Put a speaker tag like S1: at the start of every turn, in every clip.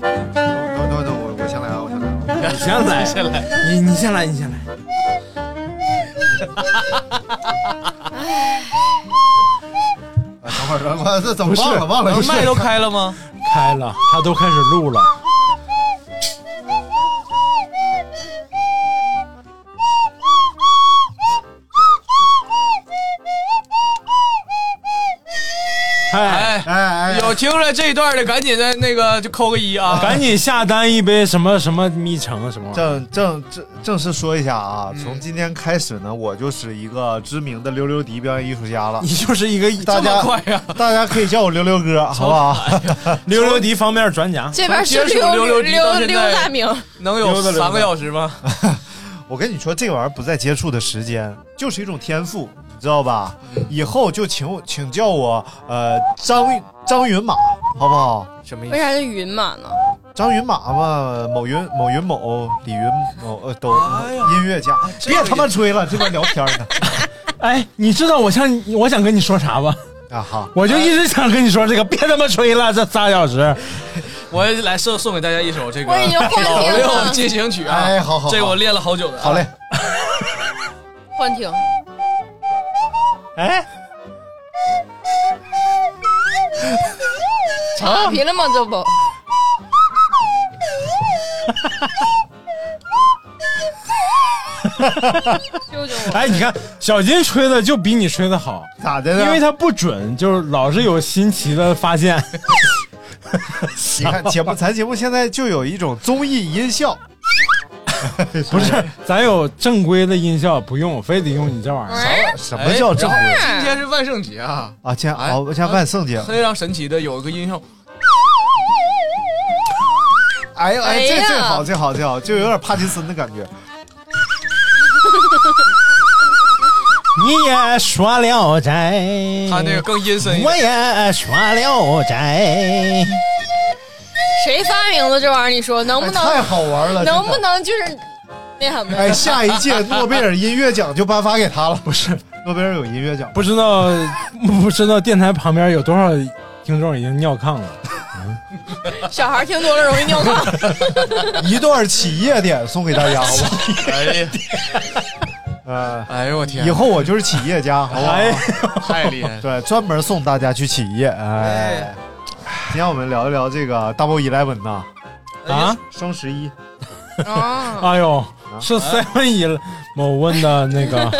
S1: 等等等，我我先来啊，我先来啊。
S2: 你先来，先来，你你先来，你先来。
S1: 啊等会儿，等会儿，这怎么忘了？忘了一
S2: 麦都开了吗？
S3: 开了，他都开始录了。嗨，
S2: 哎，
S1: 哎哎，
S2: 有听出来这一段的，赶紧的那个就扣个一啊！
S3: 赶紧下单一杯什么什么蜜橙什么玩意儿。
S1: 正正正正式说一下啊，
S2: 嗯
S1: 从今天开始呢，我就是一个知名的溜溜迪表演艺术家了
S2: 你。就是一个这
S1: 大
S2: 么
S1: 家
S2: 快呀、
S1: 大家可以叫我溜溜哥，好不好？
S3: 啊溜溜迪方面转夹，
S4: 这边是
S2: 从接触溜
S4: 溜
S2: 溜迪到现
S4: 溜
S2: 在
S4: 大明，
S2: 能有三个小时吗？
S1: 我跟你说，这玩意儿不在接触的时间，就是一种天赋，你知道吧？
S2: 嗯
S1: 以后就请我请叫我呃张张云马，好不好？哎
S2: 什么意
S4: 为
S2: 思？
S4: 啥是云马呢？
S1: 张云马嘛，某云某云某李云某呃都、
S2: 哎呀
S1: 音乐家，
S2: 这
S1: 别
S2: 个
S1: 他妈吹了，这边聊天 呢
S3: 哎，你知道我想我想跟你说啥吧？
S2: 哎
S1: 啊好，
S3: 我就一直想跟你说这个，别他妈吹了，这仨小时。
S2: 我来送送给大家一首这个
S4: 我已经幻听了
S2: 老六进行曲啊！
S1: 哎好好好
S2: 这个我练了好久的、
S1: 好嘞，，
S4: 幻听，
S3: 哎，
S4: 差评了吗？这不， 救救 我！
S3: 哎，你看小金吹的就比你吹的好，
S1: 咋的呢？
S2: 啊
S3: 因为他不准，就是老是有新奇的发 现。
S1: 你看节目，咱节目现在就有一种综艺 音效，
S3: 不是，
S2: 哎
S3: 咱有正规的音效，不用，非得用你这玩意
S2: 嗯
S3: 儿。
S4: 哎
S1: 什么叫正规
S2: 今天是万圣节啊！
S1: 啊？今天
S2: 哎
S1: 啊，像万圣节，
S2: 非常神奇的有一个音效，
S1: 哎呦哎，
S4: 哎
S1: 这
S4: 呀
S1: 这好，这好，这好，就有点帕金森的感觉。
S3: 你也耍了宅，
S2: 他那个更阴森一
S3: 我
S2: 点。
S3: 也耍了宅。
S4: 谁发明的这玩意儿？你说能不
S1: 哎
S4: 能、
S1: 太好玩了，
S4: 能
S1: 真
S4: 不
S1: 的？
S4: 能就是那什么？
S1: 哎，下一届诺贝尔音乐奖就颁发给他了。不是，诺贝尔有音乐奖吗，
S3: 不知道，不知道电台旁边有多少听众已经尿炕了。
S4: 小孩听多了容易尿炕。
S1: 一段起夜点送给大家，好吧？
S2: 哎呀，
S1: 呃，
S2: 哎呦我天！
S1: 以后我就是起夜家，好不好？
S3: 哎，
S2: 太厉害了。
S1: 对，专门送大家去起夜。哎，今天我们聊一聊这个 Double Eleven 呐，
S2: 哎
S3: 啊，
S1: 双十一。
S4: 啊，
S3: 哎呦，是 seven 一某问的那 个，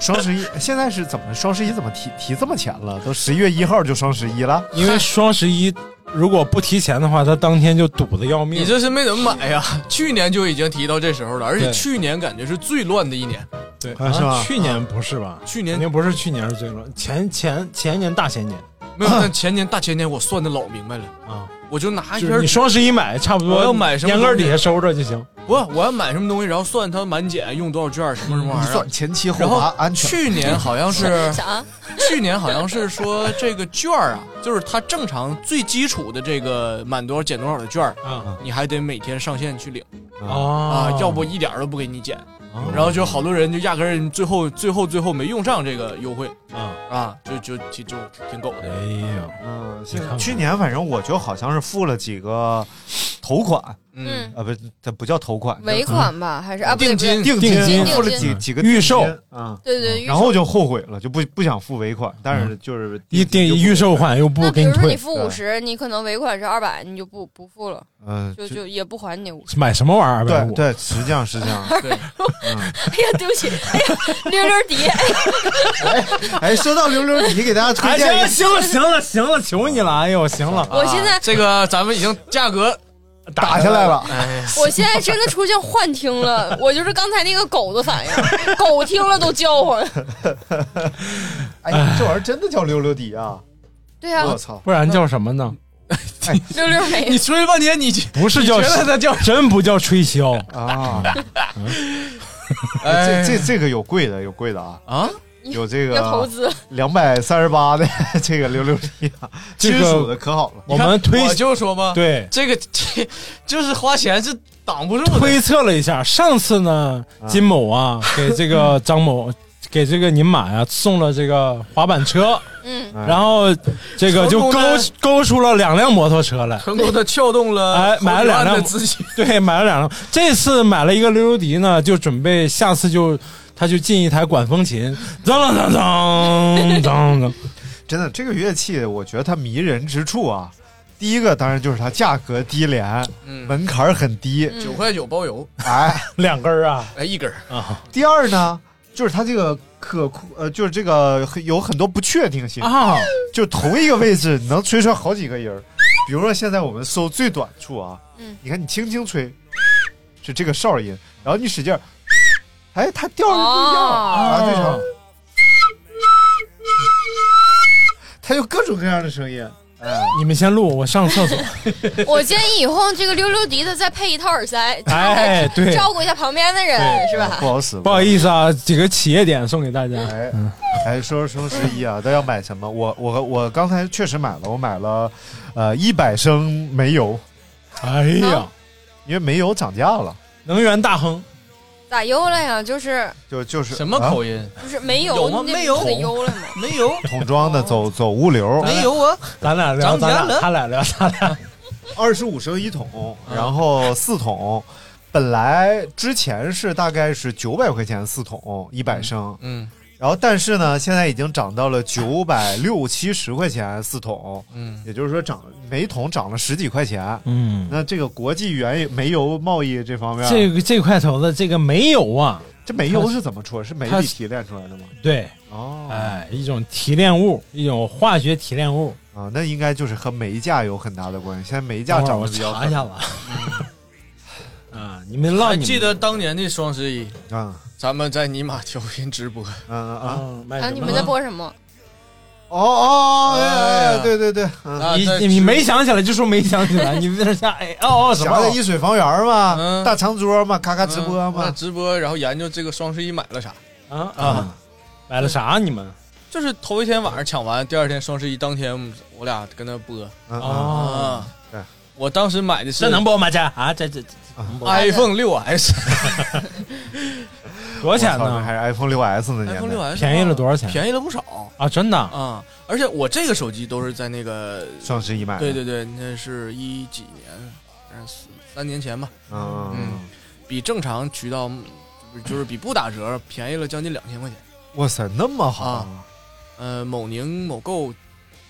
S1: 双十一现在是怎么双十一怎么提提这么前了？都十一月一号就双十一了，
S3: 因为双十一如果不提前的话，他当天就堵得要
S2: 你
S3: 命。
S2: 这是没怎么买呀？去年就已经提到这时候了，而且
S3: 对
S2: 去年感觉是最乱的一年。
S3: 对，
S1: 啊是吧啊
S3: 去年不是吧？
S2: 去
S3: 肯
S2: 年
S3: 定不是去年是最乱，前前前年大前年
S2: 没有，但前年大前年我算的老明白了，
S3: 啊，
S2: 我就拿一
S3: 就是
S2: 篇
S3: 你双十一买差不多，
S2: 我要买什么
S3: 烟根儿底下收着就行。
S2: 不，我要买什么东西，然后算它满减用多少券，什么什么玩意儿
S1: 算。前期后
S2: 然
S1: 罚
S2: 后
S1: 安全。
S2: 去年好像是
S4: 啥？
S2: 去年好像是说这个券儿啊，就是它正常最基础的这个满多少减多少的券儿，
S3: 啊
S2: 你还得每天上线去领
S3: 啊
S2: 啊，要不一点儿都不给你减。
S3: 啊
S2: 然后就好多人就压根儿最后最后最后没用上这个优惠
S3: 啊，
S2: 啊，就就就就挺狗
S3: 哎
S2: 的。
S3: 呦，
S1: 嗯，
S3: 你看看
S1: 去年反正我就好像是付了几个头款，
S4: 嗯
S1: 啊，不是，它不叫头
S2: 嗯
S1: 款，
S4: 尾款吧，还是啊？不对，不对
S1: 定
S4: 金，
S1: 金，
S4: 定
S1: 付了几几个定金
S3: 预售
S1: 啊，
S4: 对对，预售
S1: 然后就后悔了，就不不想付尾款，但是就是
S3: 一定预售款又不
S4: 那比
S3: 给你
S4: 如说你
S3: 退，
S4: 付五十，你可能尾款是二百，你就不不付了，
S1: 嗯，
S4: 就就也不还你那五十。
S3: 买什么玩意儿？
S1: 对对，实际上是这样。对，
S4: 哎呀，对不起，哎呀，溜溜迪，
S1: 哎，说到溜溜迪，给大家推
S3: 哎
S1: 荐一
S3: 呀，
S1: 个
S3: 行了行了行了，求你了，哎呦，行了，
S4: 我现在
S2: 这个咱们已经价格
S1: 打下来了，
S2: 哎，
S4: 我现在真的出现幻听了，我就是刚才那个狗的反应，狗听了都叫唤。
S1: 哎，这玩意儿真的叫溜溜迪啊！
S4: 对啊，
S1: 我操，
S3: 不然叫什么呢？
S4: 溜溜
S2: 你
S4: 梅，
S2: 吹了半天，你这
S3: 不是叫
S2: 你觉得它叫
S3: 真不叫吹箫，
S1: 啊！
S2: 哎
S1: 这这这个有贵的，有贵的啊，
S2: 啊，
S1: 有这
S4: 要投
S1: 个
S4: 资，
S3: 啊
S1: 两百三十八的 这个溜溜迪啊，
S3: 这
S1: 金
S3: 个
S1: 属的可好了。
S3: 我们推
S2: 我就说嘛，
S3: 对
S2: 啊这个这就是花钱是挡不住的，
S3: 推测了一下，上次呢，金某啊给这个张某。给这个您马呀、送了这个滑板车，
S4: 嗯，
S1: 哎
S3: 然后这个就
S2: 成
S3: 勾
S2: 功呢
S3: 勾出了两辆摩托车来。
S2: 成功的撬动了
S3: 哎买了两辆
S2: 后端的资金，
S3: 对，买了两辆。这次买了一个溜溜迪呢，就准备下次就他就进一台管风琴，当当当当当当。
S1: 真的，这个乐器我觉得它迷人之处啊，第一个当然就是它价格低廉，
S2: 嗯
S1: 门槛儿很低，
S2: 九块九包邮，
S1: 哎。
S3: 两根儿 啊，
S2: 哎，一根儿
S1: 第二呢，就是它这个可控呃，就是这个很有很多不确定性，
S3: 啊，
S1: 就同一个位置能吹出来好几个人儿。比如说现在我们搜最短处啊，
S4: 嗯
S1: 你看你轻轻吹，是这个哨音，然后你使劲儿，哎，它调儿不一样，
S4: 哦，
S1: 啊，最长，它有各种各样的声音，哎。
S3: 你们先录，我上厕所。
S4: 我建议以后这个溜溜迪的再配一套耳塞，
S3: 哎，对，
S4: 照顾一下旁边的人，是吧
S1: 不？好使，
S3: 不好意思啊，几个企业点送给大家。
S1: 哎，哎，说双十一啊，都要买什么？我我我刚才确实买了，我买了，呃，一百升煤油，
S3: 哎呀，
S1: 因为煤油涨价了，
S3: 能源大亨，
S4: 咋悠了呀？就是
S1: 就就是
S2: 什么
S1: 啊
S2: 口音？
S4: 不是没
S2: 有
S4: 有，
S2: 吗
S4: 你
S2: 没
S4: 得
S2: 有
S4: 不得悠了吗？
S2: 没有，
S1: 桶装的走走物流，
S2: 没有啊，
S3: 咱俩聊，
S2: 张家
S3: 咱俩
S2: 人
S3: 他俩聊， 他俩
S1: 二十五升一桶，然后四桶。本来之前是大概是九百块钱四桶一百升，
S2: 嗯
S1: 然后但是呢，现在已经涨到了九百六七十块钱四桶，
S2: 嗯，
S1: 也就是说涨每桶涨了十几块钱。
S3: 嗯，
S1: 那这个国际原油煤油贸易这方面，
S3: 这个这块头子这个没有啊，
S1: 这煤油是怎么出来？是煤
S3: 它
S1: 里提炼出来的吗？
S3: 对，
S1: 哦，
S3: 哎，一种提炼物，一种化学提炼物。
S1: 啊，那应该就是和煤价有很大的关系。现在煤价
S3: 等会儿哦我
S1: 涨得比较
S3: 查
S1: 狠
S3: 一下吧。啊，你们唠
S2: 还
S3: 你们
S2: 记得当年的双十一，
S1: 啊，
S2: 咱们在尼玛调频直播，
S1: 嗯嗯啊，
S3: 啊？卖
S4: 啊，
S3: 什
S4: 你
S3: 么
S4: 们在
S2: 嗯
S4: 播什么？
S1: 哦哦，哎哎
S2: 哎
S1: 哎，对对对，嗯，
S2: 啊
S3: 你
S2: 在
S3: 你你没想起来就说没想起来，你在这下哎哦哦什
S1: 想
S3: 么
S1: 的？一水房园嘛，
S2: 嗯
S1: 大长桌嘛，咔咔
S2: 直
S1: 直播
S2: 嗯、那
S1: 嘛，
S2: 直播，然后研究这个双十一买了啥，
S3: 啊啊！买了啥？你们
S2: 就是头一天晚上抢完，第二天双十一当天我俩跟那播
S1: 嗯嗯
S3: 哦，
S2: 啊
S1: 对。
S2: 我当时买的是
S3: 这能播吗？这啊，这这这能播？
S4: 哎
S2: iPhone 六 S，
S3: 多少钱
S1: 我操那还
S3: 呢？
S1: 是 iPhone 六 S 的
S2: iPhone
S1: 年
S2: 六
S1: 代，
S2: S 啊
S3: 便宜了多少钱
S2: 便宜了不少
S3: 啊，真的
S2: 啊！而且我这个手机都是在那个，
S1: 双十一买的，
S2: 对对对，那是一几年，嗯三年前吧，
S1: 嗯，嗯嗯
S2: 嗯，比正常渠道就是就是比不打折便宜了将近两千块钱。
S1: 哇塞，那么好
S2: 啊呃，某宁、某购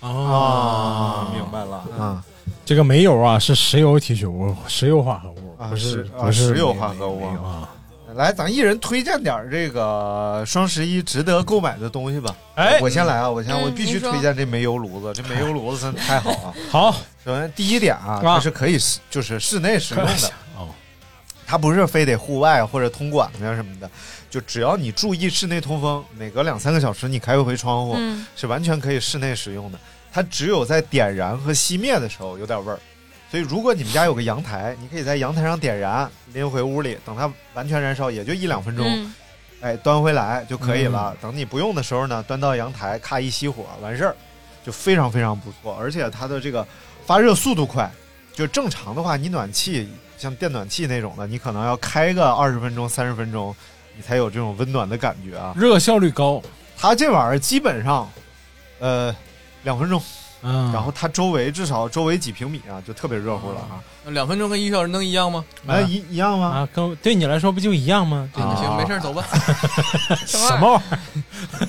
S3: 哦
S1: 明
S3: 白了。
S1: 啊
S3: 这个煤油啊，是石油提取物，石油化合物，
S1: 啊
S3: 不是
S1: 石啊
S3: 不是
S1: 石油化合物
S3: 煤煤煤油啊。
S1: 来，咱一人推荐点儿这个双十一值得购买的东西吧。
S3: 哎，
S1: 我先来啊，我先，
S4: 嗯
S1: 我必须
S4: 您说
S1: 推荐这煤油炉子，这煤油炉子真的太好了。
S3: 好，
S1: 首先第一点啊，
S3: 啊
S1: 它是可以使就是室内使用的，
S3: 哦，
S1: 它不是非得户外或者通管子呀什么的，就只要你注意室内通风，每隔两三个小时你开一回窗户，
S4: 嗯，
S1: 是完全可以室内使用的。它只有在点燃和熄灭的时候有点味儿，所以如果你们家有个阳台，你可以在阳台上点燃，拎回屋里，等它完全燃烧，也就一两分钟，
S4: 嗯
S1: 哎，端回来就可以了。等你不用的时候呢，端到阳台，咔一熄火，完事儿，就非常非常不错。而且它的这个发热速度快，就正常的话，你暖气像电暖气那种的，你可能要开个二十分钟、三十分钟，你才有这种温暖的感觉啊。
S3: 热效率高，
S1: 它这玩意儿基本上，呃，两分钟，
S3: 嗯
S1: 然后它周围至少周围几平米啊，就特别热乎了啊。
S2: 嗯两分钟跟一个小时能一样吗？
S1: 哎一一样吗？啊
S3: 啊，跟对你来说不就一样吗？
S2: 对，行，没事儿，走吧。
S1: 什么玩意儿？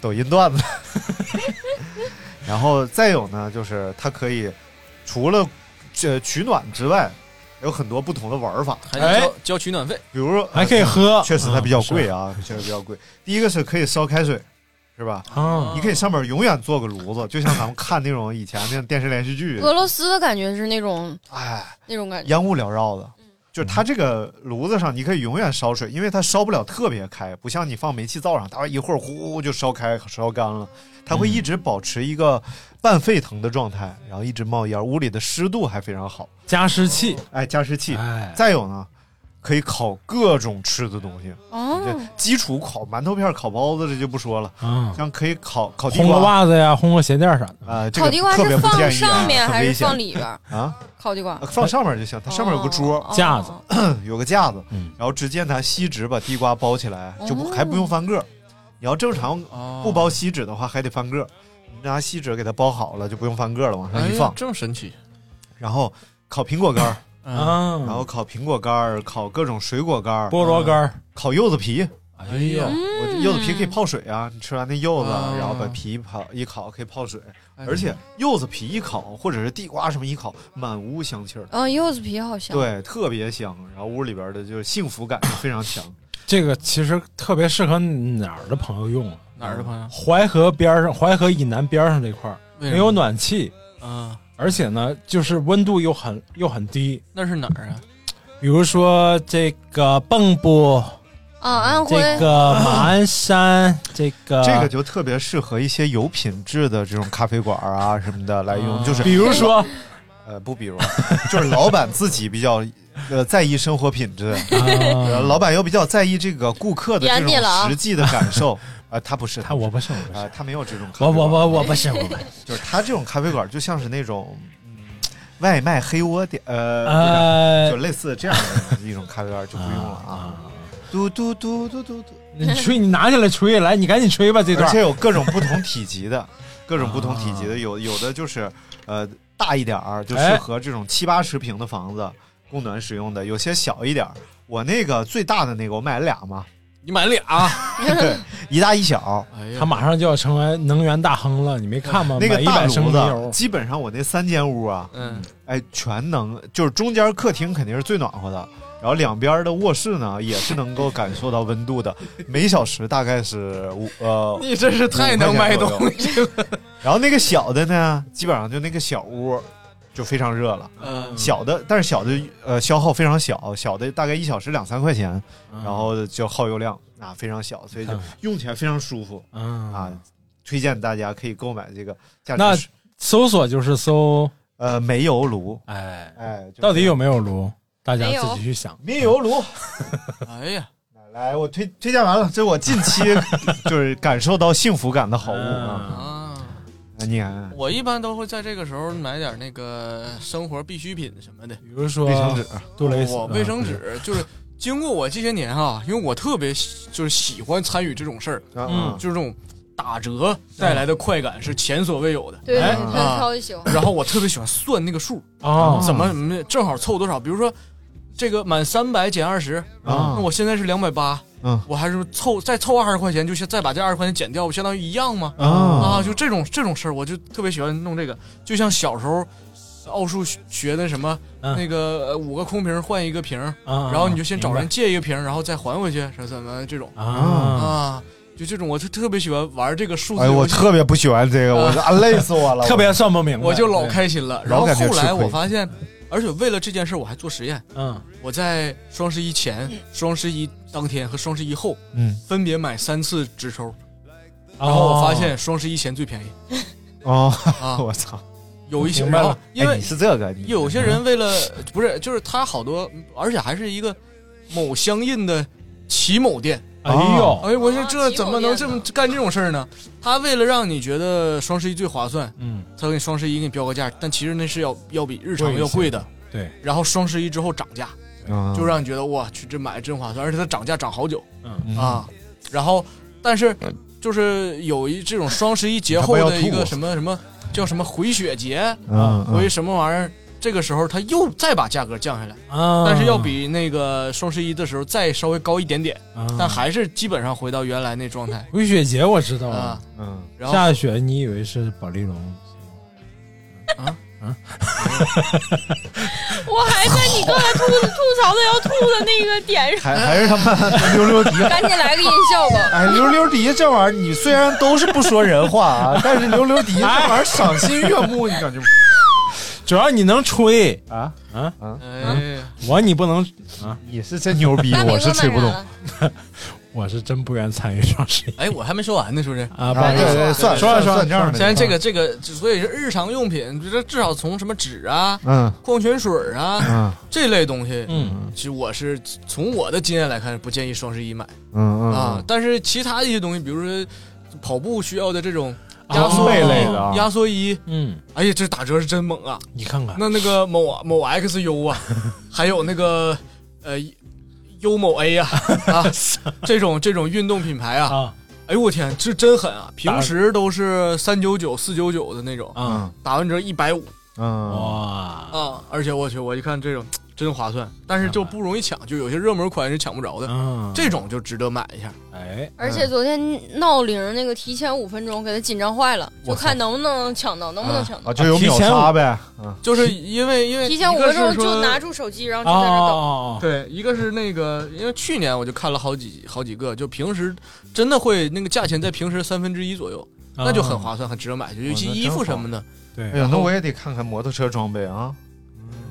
S1: 抖音段子。 然后再有呢，就是它可以除了这取暖之外，有很多不同的玩法，
S2: 还得交交取暖费，
S1: 比如说呃
S3: 还可以喝
S1: 确实它比较贵
S3: 嗯
S1: 啊，
S3: 是
S1: 确实比较贵。第一个是可以烧开水，是吧？
S3: 啊，
S2: 嗯
S1: 你可以上面永远做个炉子，就像咱们看那种以前那种电视连续剧，
S4: 俄罗斯的感觉是那种
S1: 哎，
S4: 那种感觉，
S1: 烟雾缭绕的。
S4: 嗯
S1: 就是它这个炉子上，你可以永远烧水，因为它烧不了特别开，不像你放煤气灶上，它一会儿呼呼就烧开烧干了，它会一直保持一个半沸腾的状态，然后一直冒烟，屋里的湿度还非常好。
S3: 加湿器，
S1: 哎，加湿器。
S3: 哎，
S1: 再有呢，可以烤各种吃的东西，这
S4: 哦，
S1: 基础烤馒头片、烤包子这就不说了，
S3: 嗯，
S1: 像可以烤烤地
S3: 烘个
S1: 瓜，
S3: 袜子呀，烘个鞋垫儿啥的，
S1: 啊，这
S4: 烤
S1: 个
S4: 地瓜
S1: 特别
S4: 是
S1: 不建
S4: 放
S1: 议啊
S4: 上面
S1: 很
S4: 还
S1: 危
S4: 是
S1: 险
S4: 放里边儿？
S1: 啊？
S4: 烤地瓜
S1: 放上面就行，它上面有个桌，
S4: 哦
S3: 架子
S4: 哦
S1: 有个架子，
S3: 嗯
S1: 然后直接拿锡纸把地瓜包起来，就不
S4: 哦
S1: 还不用翻个儿。你要正常
S2: 哦
S1: 不包锡纸的话，还得翻个儿。你拿锡纸给它包好了，就不用翻个儿了，往上
S2: 哎
S1: 一
S2: 呀
S1: 放。
S2: 这么神奇。
S1: 然后烤苹果干儿，
S2: 嗯，
S3: 啊，
S1: 然后烤苹果干儿，烤各种水果干儿，
S3: 菠萝干儿，
S1: 烤柚子皮。
S3: 哎呦，
S1: 我这柚子皮可以泡水啊，你吃完那柚子，
S2: 哦
S1: 然后把皮泡一烤可以泡水，
S2: 哎
S1: 而且柚子皮一烤或者是地瓜什么一烤，满屋香气儿，
S4: 嗯，柚子皮好香。，
S1: 对，特别香。然后屋里边的就是幸福感就非常强。
S3: 这个其实特别适合哪儿的朋友用啊？
S2: 哪儿的朋友？
S3: 淮河边儿上，淮河以南边儿上这块儿没有暖气，
S2: 啊？
S3: 而且呢，就是温度又很又很低。
S2: 那是哪儿啊？
S3: 比如说这个蚌埠，
S4: 啊，安徽
S3: 这个马鞍山，这个
S1: 这个就特别适合一些有品质的这种咖啡馆啊什么的来用，就是
S3: 比如说
S1: 呃不比如， 就是老板自己比较呃在意生活品质，呃
S3: 啊，
S1: 老板又比较在意这个顾客的这
S4: 严厉了啊
S1: 种实际的感 受，啊他不是
S3: 他我不是我不
S1: 啊、
S3: 是
S1: 他没有这种咖
S3: 我
S1: 啡
S3: 我
S1: 馆，
S3: 我我不是我不是，
S1: 就是他这种咖啡馆就像是那种嗯外卖黑窝店呃。
S3: 呃
S1: 就，类似这样的一种咖啡馆就不用了啊，嘟嘟嘟嘟嘟嘟，
S3: 你吹你拿起来吹来，你赶紧吹吧这
S1: 而
S3: 段啊
S1: 且。有各种不同体积 的，各种不同体积的，有有的就是呃大一点儿，就适
S3: 哎
S1: 合这种七八十平的房子供暖使用的，有些小一点儿。我那个最大的那个，我买了俩嘛，
S2: 你啊买俩？
S1: 对，一大一小。
S2: 哎呀
S3: 他，马上就要成为能源大亨了，你没看吗？
S1: 那
S3: 买
S1: 个
S3: 一
S1: 大
S3: 百升
S1: 炉
S3: 煤
S1: 子，
S3: 油，
S1: 基本上我那三间屋啊，
S2: 嗯，
S1: 哎，全能，就是中间客厅肯定是最暖和的，然后两边的卧室呢也是能够感受到温度的，每小时大概是五呃
S2: 你真是太能买东西了。
S1: 然后那个小的呢，基本上就那个小屋就非常热了。
S2: 嗯，
S1: 小的，但是小的呃消耗非常小，小的大概一小时两三块钱，
S3: 嗯
S1: 然后就耗油量啊非常小，所以就
S3: 嗯
S1: 用起来非常舒服
S3: 嗯
S1: 啊。推荐大家可以购买这个价
S3: 那
S1: 值是
S3: 搜索就是搜，
S1: 呃煤油炉，
S3: 哎，
S1: 哎，就是
S3: 到底有没有炉？大家
S4: 没有
S3: 自己去想。
S1: 煤 油炉？
S2: 哎呀，
S1: 来，我推推荐完了，这是我近 期就是感受到幸福感的好物啊。
S3: 嗯
S2: 啊，
S1: 啊你看，
S2: 我一般都会在这个时候买点那个生活必需品什么的。
S3: 比如说
S1: 卫生纸，
S3: 杜蕾斯
S2: 我卫生纸就是经过我这些年啊，因为我特别喜就是喜欢参与这种事儿，
S1: 啊
S3: 嗯
S1: 啊
S2: 就是这种打折带来的快感是前所未有的。
S4: 对，
S3: 哎
S1: 啊
S4: 他挑一宿。
S2: 然后我特别喜欢算那个数，
S3: 啊，
S2: 怎么没正好凑多少？比如说这个满三百减二十，那我现在是两百八，
S1: 嗯
S2: 我还是凑再凑二十块钱，就先再把这二十块钱减掉，不相当于一样吗？
S1: 啊
S2: 啊，就这种这种事儿，我就特别喜欢弄这个，就像小时候奥数学的什么、
S3: 嗯
S2: 那个呃五个空瓶换一个瓶儿，
S3: 啊？
S2: 然后你就先找人借一个瓶儿，然后再还回去，是怎么这种
S3: 明白啊，
S2: 啊？就这种，我就特别喜欢玩这个数字
S1: 哎，我
S2: 游戏，
S1: 特别不喜欢这个，我啊累死 我了，
S3: 特别算不明白，
S2: 我就老
S3: 对
S2: 开心了。
S1: 对
S2: 然后
S1: 老感觉
S2: 后来
S1: 吃亏
S2: 我发现，而且为了这件事，我还做实验。
S3: 嗯
S2: 我在双十一前、
S4: 嗯
S2: 双十一当天和双十一后
S1: 嗯
S2: 分别买三次直抽，
S3: 哦
S2: 然后我发现双十一前最便宜
S1: 哦，
S2: 啊，
S1: 我操！
S2: 有一些，
S3: 明白
S2: 然
S3: 了
S2: 后因
S1: 哎、
S2: 为
S1: 你是这个，你
S2: 有些人为了不是就是他好多，而且还是一个某相应的奇某店，
S3: 哎呦，
S2: 哎，我说
S4: 啊
S2: 这
S4: 奇
S2: 怎么
S4: 某
S2: 能
S4: 店
S2: 这
S4: 呢
S2: 么干这种事儿呢？他为了让你觉得双十一最划算，
S3: 嗯，
S2: 他给你双十一给你标个价，但其实那是要要比日常要贵的，
S3: 对，
S2: 然后双十一之后涨价，
S1: 嗯
S2: 就让你觉得哇去这买真划算，而且它涨价涨好久。
S3: 嗯
S2: 啊，然后但是就是有一这种双十一节后的一个什么什么啊叫什么回雪节
S3: 嗯嗯
S2: 回什么玩意儿，这个时候它又再把价格降下来，
S3: 啊
S2: 但是要比那个双十一的时候再稍微高一点点
S3: 啊，
S2: 但还是基本上回到原来那状态。
S3: 回雪节我知道
S2: 啊，
S3: 嗯，
S2: 然后
S3: 下雪你以为是宝丽龙
S2: 啊
S3: 啊？
S4: 我还在你刚才吐吐槽的要吐的那个点 上
S1: 还，还是他妈 溜溜迪。
S4: 赶紧来个音效吧。
S1: 哎，溜溜迪这玩意儿，你虽然都是不说人 话啊，但是溜溜迪这玩意
S2: 哎
S1: 儿赏心悦目，你感觉
S3: 主要你能吹啊啊
S1: 啊！
S2: 哎，
S3: 我你不能啊！
S1: 你是真牛逼
S4: 大明
S1: 哎我是
S4: 哥
S1: 吹不
S4: 买
S1: 动
S4: 啥了，
S3: 我是真不愿参与双十一
S2: 哎，我还没说完呢，是不是？
S3: 啊！不好
S1: 啊！
S3: 意
S1: 对
S3: 思
S1: 对，算
S3: 说了说了
S1: 算账的。
S2: 现在这个这个，所以是日常用品，这至少从什么纸啊、
S1: 嗯
S2: 矿泉水啊
S1: 嗯
S2: 这类东西，
S3: 嗯
S2: 其实我是从我的经验来看，不建议双十一买
S1: 嗯嗯
S2: 啊
S1: 嗯。
S2: 但是其他一些东西，比如说跑步需要的这种压缩
S3: 装备类的
S1: 啊
S2: 压缩衣，
S3: 嗯，
S2: 哎呀，这打折是真猛啊！
S3: 你看看
S2: 那那个某某 XU 啊，还有那个呃 U 某 A 啊啊，这种这种运动品牌啊，
S3: 啊
S2: 哎呦我天，这真狠啊！平时都是三九九、四九九的那种，
S3: 啊
S2: 打完折一百五
S3: 哦
S1: 嗯，
S3: 哇
S2: 啊！而且我去，我一看这种真划算，但是就不容易抢，就有些热门款是抢不着的，
S3: 嗯，
S2: 这种就值得买一下。
S3: 哎
S4: 而且昨天闹铃那个提前五分钟给他紧张坏了，
S3: 我
S4: 就
S3: 操
S4: 看能不能抢到，能不能抢到。
S1: 啊，就有秒杀呗，嗯
S2: 就是因为因为
S4: 提前五分钟就拿
S2: 出。
S4: 出手机，然后
S3: 哦
S4: 就在那等。
S3: 哦哦
S2: 对，一个是那个，因为去年我就看了好几好几个，就平时真的会那个价钱在平时三分之一左右，
S3: 哦
S2: 那就很划算，很值得买，就尤其
S1: 那真
S2: 衣服什么的，
S3: 对
S1: 嗯哎呀，那我也得看看摩托车装备啊，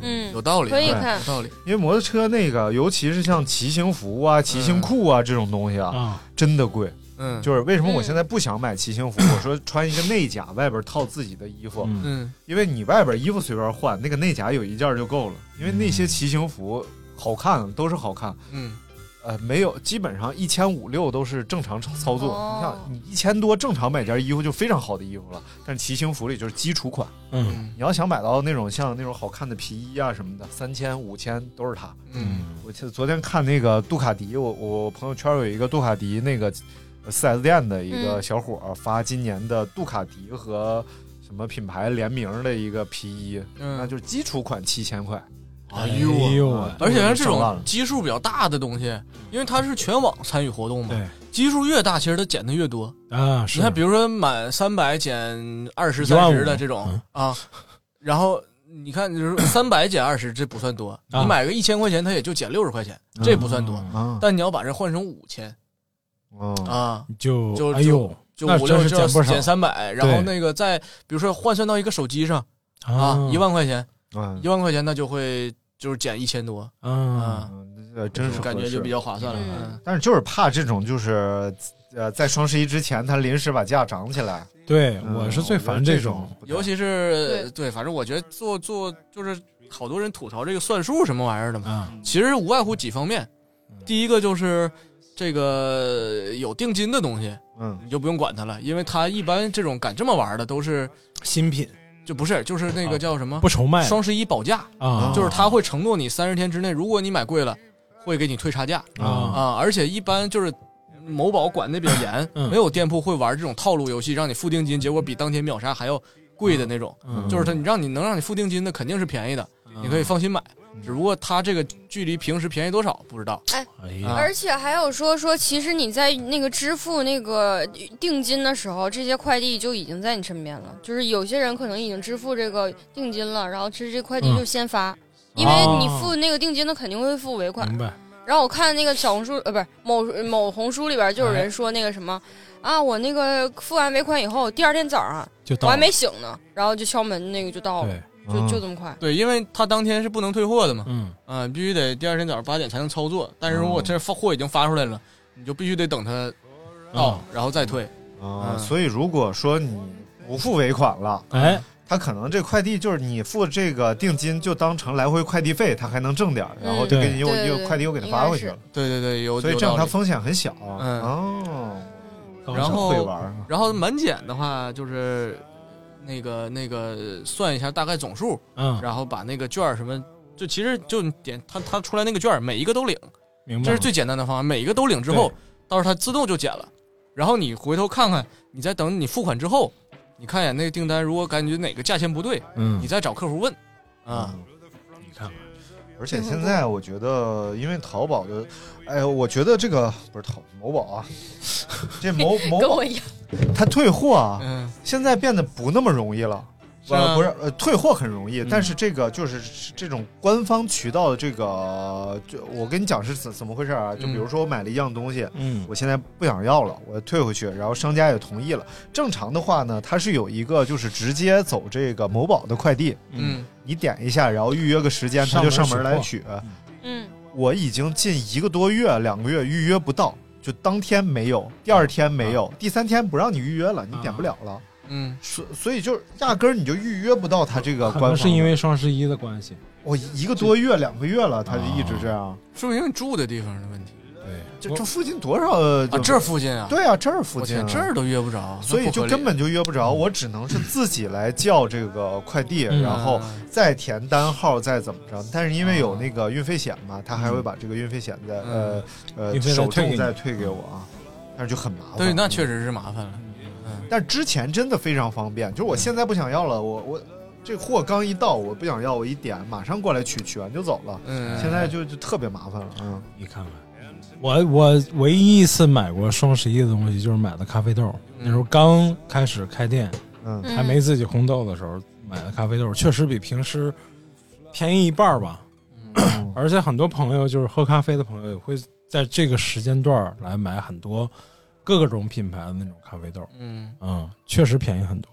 S2: 有
S4: 嗯，
S2: 道理，
S4: 可以
S2: 对
S4: 看
S2: 有道理。
S1: 因为摩托车那个，尤其是像骑行服啊、骑行裤啊这种东西啊，
S3: 啊
S1: 真的贵。
S2: 嗯，
S1: 就是为什么我现在不想买骑行服？我说穿一个内甲，外边套自己的衣服，
S3: 嗯
S2: 嗯，
S1: 因为你外边衣服随便换，那个内甲有一件就够了。因为那些骑行服好看，都是好看，
S2: 嗯
S1: 呃，没有基本上一千五六都是正常操作。
S4: 哦
S1: 你像你一千多正常买件衣服就非常好的衣服了，但是骑行服里就是基础款。
S3: 嗯
S2: 嗯
S1: 你要想买到那种像那种好看的皮衣啊什么的，三千、五千都是它。
S2: 嗯，
S1: 我记得昨天看那个杜卡迪，我我朋友圈有一个杜卡迪那个四 S 店的一个
S4: 嗯
S1: 小伙儿发今年的杜卡迪和什么品牌联名的一个皮衣，
S2: 嗯
S1: 那就是基础款七千块，
S2: 哎
S3: 哎
S2: 呦啊，
S3: 呦
S1: 啊
S3: 啊，
S2: 而且像这
S1: 上万
S2: 种
S1: 了
S2: 基数比较大的东西，因为它是全网参与活动嘛，
S3: 对
S2: 基数越大，其实它减的越多。
S3: 啊，是
S2: 你看，比如说满三百减二十、三十
S3: 15,000
S2: 的这种啊，然后你看，就是三百减二十，这不算多。
S3: 啊嗯
S2: 你买个一千块钱，它也就减六十块钱，这不算多。
S1: 啊
S2: 但你要把这换成五千
S1: 啊
S2: 啊，
S3: 就
S2: 就
S3: 哎呦
S2: 就
S3: 那
S2: 五
S3: 真
S2: 六
S3: 是
S2: 就要
S3: 减不少
S2: 减三百，然后那个再比如说换算到一个手机上啊，一万块钱，
S1: 啊
S2: 一万块钱那就会就是减一千多
S3: 啊
S2: 啊，
S1: 嗯，呃真是
S2: 感
S1: 合
S2: 觉就
S1: 适
S2: 比较划算了。
S4: 嗯
S2: 嗯
S1: 但是就是怕这种就是呃在双十一之前它临时把价涨起来，
S3: 对，
S1: 嗯
S3: 我是最烦
S1: 这
S3: 种。
S1: 不太
S2: 尤其是呃对，反正我觉得做做就是好多人吐槽这个算数什么玩意儿的嘛。
S3: 啊，
S2: 其实无外乎几方面，
S3: 嗯
S2: 第一个就是这个有定金的东西，
S1: 嗯
S2: 你就不用管它了，因为它一般这种敢这么玩的都是
S3: 新品
S2: 就不是就是那
S3: 啊
S2: 个叫什么
S3: 不愁卖
S2: 双十一保价，
S3: 啊，
S2: 就是他会承诺你三十天之内，如果你买贵了，会给你退差价
S1: 嗯
S3: 啊
S2: 啊，而且一般就是。某宝管的比较严，
S3: 嗯
S2: 没有店铺会玩这种套路游戏，让你付定金，结果比当天秒杀还要贵的那种。
S3: 嗯
S2: 就是他，你让你能让你付定金的肯定是便宜的，你可以放心买。只不过他这个距离平时便宜多少不知道。
S3: 哎呀
S2: 啊
S4: 而且还有说说，其实你在那个支付那个定金的时候，这些快递就已经在你身边了。就是有些人可能已经支付这个定金了，然后其实这快递
S3: 嗯
S4: 就先发，因为你付那个定金的肯定会付尾款。
S3: 明白
S4: 然后我看那个小红书呃，不是某某红书里边就有
S3: 哎
S4: 人说那个什么、啊，我那个付完尾款以后，第二天早上啊
S3: 就到
S4: 我还
S3: 了
S4: 没醒呢，然后就敲门那个就到了，
S3: 对，
S4: 就就这么快。
S2: 对，因为他当天是不能退货的嘛，
S3: 嗯
S2: 嗯、必须得第二天早上八点才能操作。但是如果这发货已经发出来了，你就必须得等他到，然后再退。
S1: 啊，
S2: 嗯
S1: 所以如果说你不付尾款了。
S3: 哎
S1: 他可能这快递就是你付这个定金，就当成来回快递费，他还能挣点儿，然后就给你又
S4: 对对
S1: 又
S4: 对
S1: 快递又给他发回去了，
S2: 对对对，有
S1: 所以
S2: 有
S1: 这样
S2: 道
S1: 他
S2: 理。
S1: 风险很小。
S2: 嗯
S1: 哦，
S3: 高
S2: 然
S3: 手
S2: 后
S1: 会玩儿
S2: 然后满减的话就是那个那个算一下大概总数，
S3: 嗯，
S2: 然后把那个券儿什么。就其实就你点他他出来那个券儿，每一个都领，
S3: 明白
S2: 这
S3: 了
S2: 是最简单的方法。每一个都领之后，到时候它自动就减了。然后你回头看看，你再等你付款之后，你看一眼那个订单，如果感觉哪个价钱不对，
S1: 嗯
S2: 你再找客服问啊。
S1: 你看看，而且现在我觉得，因为淘宝的，哎呦，我觉得这个不是淘某宝啊，这某某
S4: 跟
S1: 宝
S4: 我一样，
S1: 它退货啊，
S2: 嗯
S1: 现在变得不那么容易了。
S2: 是吗
S1: 呃，不是，呃，退货很容易，但是这个就是这种官方渠道的这个，就我跟你讲是怎怎么回事啊？就比如说我买了一样东西，
S3: 嗯
S1: 我现在不想要了，我退回去，然后商家也同意了。正常的话呢，它是有一个就是直接走这个某宝的快递，
S2: 嗯，
S1: 你点一下，然后预约个时间，他就上门来取。
S4: 嗯，
S1: 我已经近一个多月、两个月预约不到，就当天没有，第二天没有，
S3: 啊
S1: 第三天不让你预约了，你点不了了。
S2: 嗯，
S1: 所所以就是压根儿你就预约不到他这个
S3: 可
S1: 官
S3: 能
S1: 方，
S3: 是因为双十一的关系。
S1: 我一个多月、两个月了，他就一直这样。
S2: 说明你住的地方的问题。
S1: 这这附近多少？呃
S2: 啊，这附近啊，
S1: 对啊，这儿附
S2: 我
S1: 近
S2: 天，
S1: 啊
S2: 这儿都约不嗯着，
S1: 所以就根本就约不着，我只能是自己来叫这个快递，
S3: 嗯
S1: 然后再填单号，再怎么着。但是因为有那个运费险嘛，他还会把这个运费险再
S2: 嗯
S1: 呃呃
S3: 运费再
S1: 首
S3: 退给
S1: 重
S3: 你
S1: 再退给我啊，但是就很麻烦。
S2: 对，那确实是麻烦了。嗯
S1: 但之前真的非常方便，就是我现在不想要了，我我这货刚一到，我不想要，我一点马上过来取，取完就走了。
S2: 嗯，
S1: 现在就就特别麻烦了， 嗯，
S3: 你看看，我我唯一一次买过双十一的东西就是买的咖啡豆，那时候刚开始开店，
S1: 嗯
S3: 还没自己烘豆的时候买的咖啡豆，确实比平时便宜一半儿吧。
S2: 嗯
S3: 而且很多朋友就是喝咖啡的朋友也会在这个时间段儿来买很多各个种品牌的那种咖啡豆，
S2: 嗯
S3: 嗯，确实便宜很多。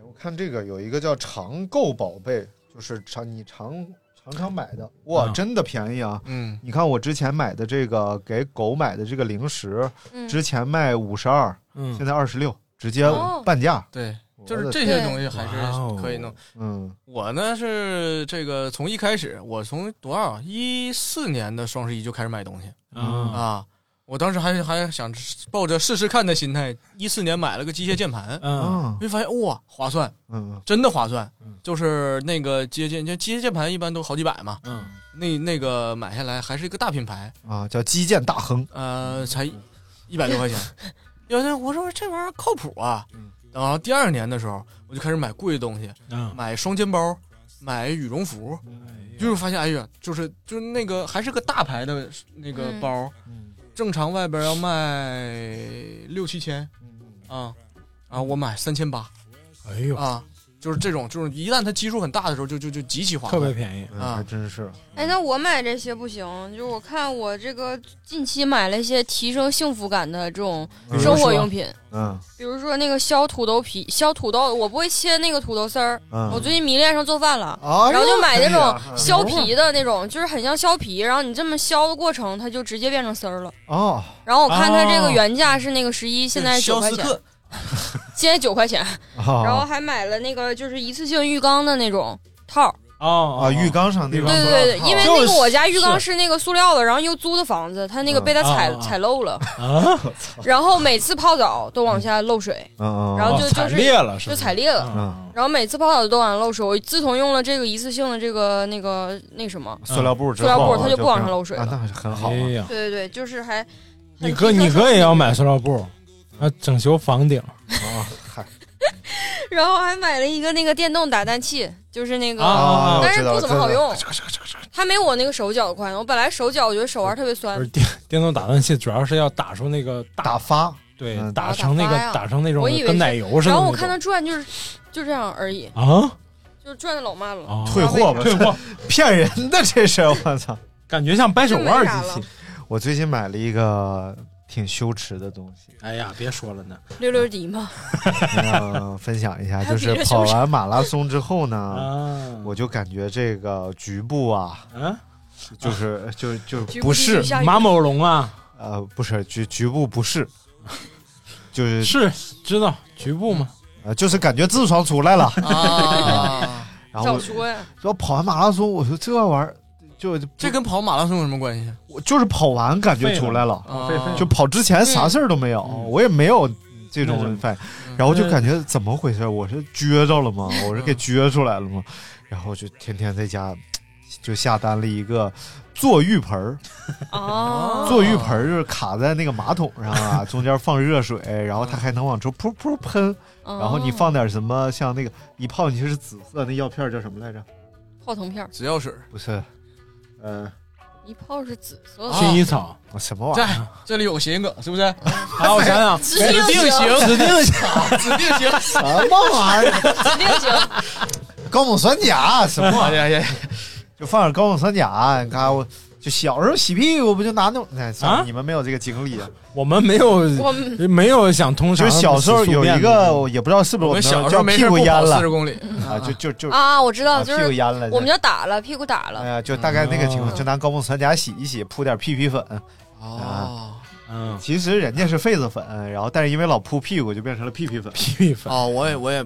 S1: 我看这个有一个叫常购宝贝，就是常你常常常买的，哇，
S3: 嗯
S1: 真的便宜啊！
S2: 嗯
S1: 你看我之前买的这个给狗买的这个零食，
S4: 嗯
S1: 之前卖五十二，
S3: 嗯
S1: 现在二十六，直接
S4: 哦
S1: 半价。
S2: 对，
S1: 我
S2: 就是
S1: 的
S2: 这些东西还是可以弄。
S3: 哦
S1: 嗯
S2: 我呢是这个从一开始，我从多少一四年的双十一就开始买东西
S3: 啊
S2: 啊，我当时还还想抱着试试看的心态，一四年买了个机械键盘，
S3: 嗯
S1: 啊
S2: 没发现哇划算，
S1: 嗯
S2: 真的划算，就是那个机械键，就机械键盘一般都好几百嘛，
S3: 嗯，
S2: 那那个买下来还是一个大品牌，
S1: 啊，叫基建大亨，
S2: 呃，才一百多块钱。有的我说这玩意儿靠谱啊，然后第二年的时候我就开始买贵的东西，
S3: 嗯，
S2: 买双肩包，买羽绒服，就是发现哎呀，就是就是那个还是个大牌的那
S4: 嗯
S2: 个包，正常外边要卖六七千
S1: 嗯
S2: 啊，然后我买三千八
S3: 哎呦，
S2: 啊，就是这种就是一旦它基数很大的时候就就就极其划
S3: 特
S2: 算，
S3: 别便宜。
S1: 嗯
S2: 啊
S1: 还真是
S4: 哎，那我买这些不行，就是我看我这个近期买了一些提升幸福感的这种
S1: 嗯
S4: 生活用品，
S1: 嗯
S4: 比如说那个削土豆皮、削土豆，我不会切那个土豆丝儿，
S3: 啊
S4: 我
S1: 嗯，
S4: 最近迷恋上做饭了。
S3: 哎
S1: 啊
S4: 然后就买那
S3: 嗯
S4: 种
S1: 小
S4: 削皮的那种，就是很像削皮，然后你这么削的过程，它就直接变成丝儿了。
S1: 哦，
S4: 然后我看它这
S3: 哦
S4: 个原价是那个十一，现在九
S2: 肖
S4: 块
S2: 斯
S4: 钱，
S2: 克
S4: 现在九块钱。
S3: 哦
S4: 然后
S1: 啊
S4: 还买了那个就是一次性浴缸的那种套儿，
S3: 哦
S1: 啊，浴缸上那
S3: 浴
S1: 种
S3: 缸
S4: 对对对，因为
S3: 就
S4: 那
S3: 是
S4: 个我家浴缸是那个塑料的，然后又租的房子，它那个被它踩
S3: 嗯啊啊
S4: 踩漏了，
S3: 啊，
S4: 然后每次泡澡都往下漏水，
S1: 嗯嗯，
S4: 然后就
S3: 哦踩
S4: 就是
S3: 裂了是
S4: 就
S3: 吗
S4: 踩裂了。
S1: 嗯
S4: 然后每次泡澡都往下漏水，我自从用了这个一次性的这个那个那什么，
S1: 塑料布之
S4: 嗯塑料
S1: 后
S4: 布它就不往上漏水
S1: 啊
S4: 了，
S1: 那还是很好
S3: 哎
S1: 啊。
S3: 呀，
S4: 对对对，就是还很
S3: 你哥
S4: 提升
S3: 你
S4: 生活
S3: 哥也要
S4: 品
S3: 买塑料布，啊，整修房顶。
S1: 啊嗨
S4: 然后还买了一个那个电动打蛋器，就是那个、
S3: 啊
S1: 啊，我
S4: 但是
S1: 知道
S4: 不
S1: 了
S4: 怎么好。用
S1: 知道了知道了
S4: 它没我那个手脚快。我本来手脚我觉得手腕特别酸
S3: 不是，电电动打蛋器，主要是要打出那个大
S1: 打发
S3: 对
S1: 嗯
S3: 打
S4: 打
S3: 成那
S4: 发
S3: 个
S4: 呀
S3: 打成那种
S4: 我以为
S3: 跟
S4: 是
S3: 奶油似的那种。
S4: 然后我看它转就是就这样而已，
S3: 啊
S4: 就是转的老慢了。
S3: 啊，
S1: 哦退货吧，
S3: 退 货，
S1: 骗人的这是，我 操！
S3: 感觉像掰手腕儿机器。
S1: 我最近买了一个挺羞耻的东 西，
S3: 哎呀，别说了呢，
S4: 溜溜迪嘛，
S1: 嗯，分享一下，就
S4: 别
S1: 是
S4: 羞耻
S1: 跑完马拉松之后呢，
S3: 啊，
S1: 我就感觉这个局部啊，
S3: 啊，
S1: 就是就就
S4: 局
S1: 不
S4: 部地
S1: 适
S4: 区，下雨
S3: 马某龙啊，
S1: 呃，不是局局部 不适，就是
S3: 是知道局部吗？
S1: 呃就是感觉痔疮出来了，
S2: 啊，
S1: 然后
S4: 早
S1: 我
S4: 说呀！
S1: 说跑完马拉松，我说这玩意儿就
S2: 这跟跑马拉松有什么关系？
S1: 我就是跑完感觉出来了。
S2: 啊
S3: 费费
S1: 就跑之前啥事儿都没有，
S3: 嗯
S1: 我也没有这
S3: 那
S1: 种
S3: 种
S1: 反应，
S2: 嗯
S1: 然后就感觉怎么回事？我是撅着了吗？我是给撅出来了吗？然后就天天在家就下单了一个坐浴盆儿。
S4: 哦
S1: 坐浴盆儿就是卡在那个马桶上啊，中间放热水，然后它还能往出噗噗喷，
S4: 哦
S1: 然后你放点什么，像那个一泡你是紫色那药片儿叫什么来着？
S4: 泡腾片儿，
S2: 紫药水
S1: 不是，呃，
S4: 一泡是紫色的，
S3: 薰衣 草
S1: 什么玩
S2: 这
S1: 意儿？
S2: 这里有个谐音梗，是不是？好，我想想，
S4: 指定
S2: 型，
S4: 型
S3: 指定型，
S2: 指定型，
S1: 什么玩意儿？
S4: 指定型。
S1: 高锰酸钾什么玩意儿？
S2: 哎呀嗯呀，
S1: 就放点高锰酸钾，你看我。就小时候洗屁股不就拿那种？哎，算了
S3: 啊
S1: 你们没有这个经历啊。
S3: 我们没有
S4: 我们
S3: 没有想通
S1: 就
S3: 常
S1: 是小时候有一个，
S3: 我
S1: 我也不知道是不是
S2: 我们
S1: 们那儿
S2: 小时
S1: 叫
S2: 候没
S1: 屁
S2: 事
S1: 股
S2: 不
S1: 淹
S2: 跑
S1: 了
S2: 四十公里，
S1: 啊，就就就
S4: 啊，我知
S1: 啊
S4: 道，就
S1: 屁股
S4: 是
S1: 淹了。
S4: 我们叫打了，屁股打
S1: 哎
S4: 了。
S1: 呀，就大概那个情况，就拿高锰酸钾洗一洗，铺点屁屁粉。
S2: 哦
S3: 嗯
S1: 其实人家是痱子粉，然后但是因为老铺屁股，就变成了屁屁粉
S3: 屁 屁粉，
S2: 哦，我也我也，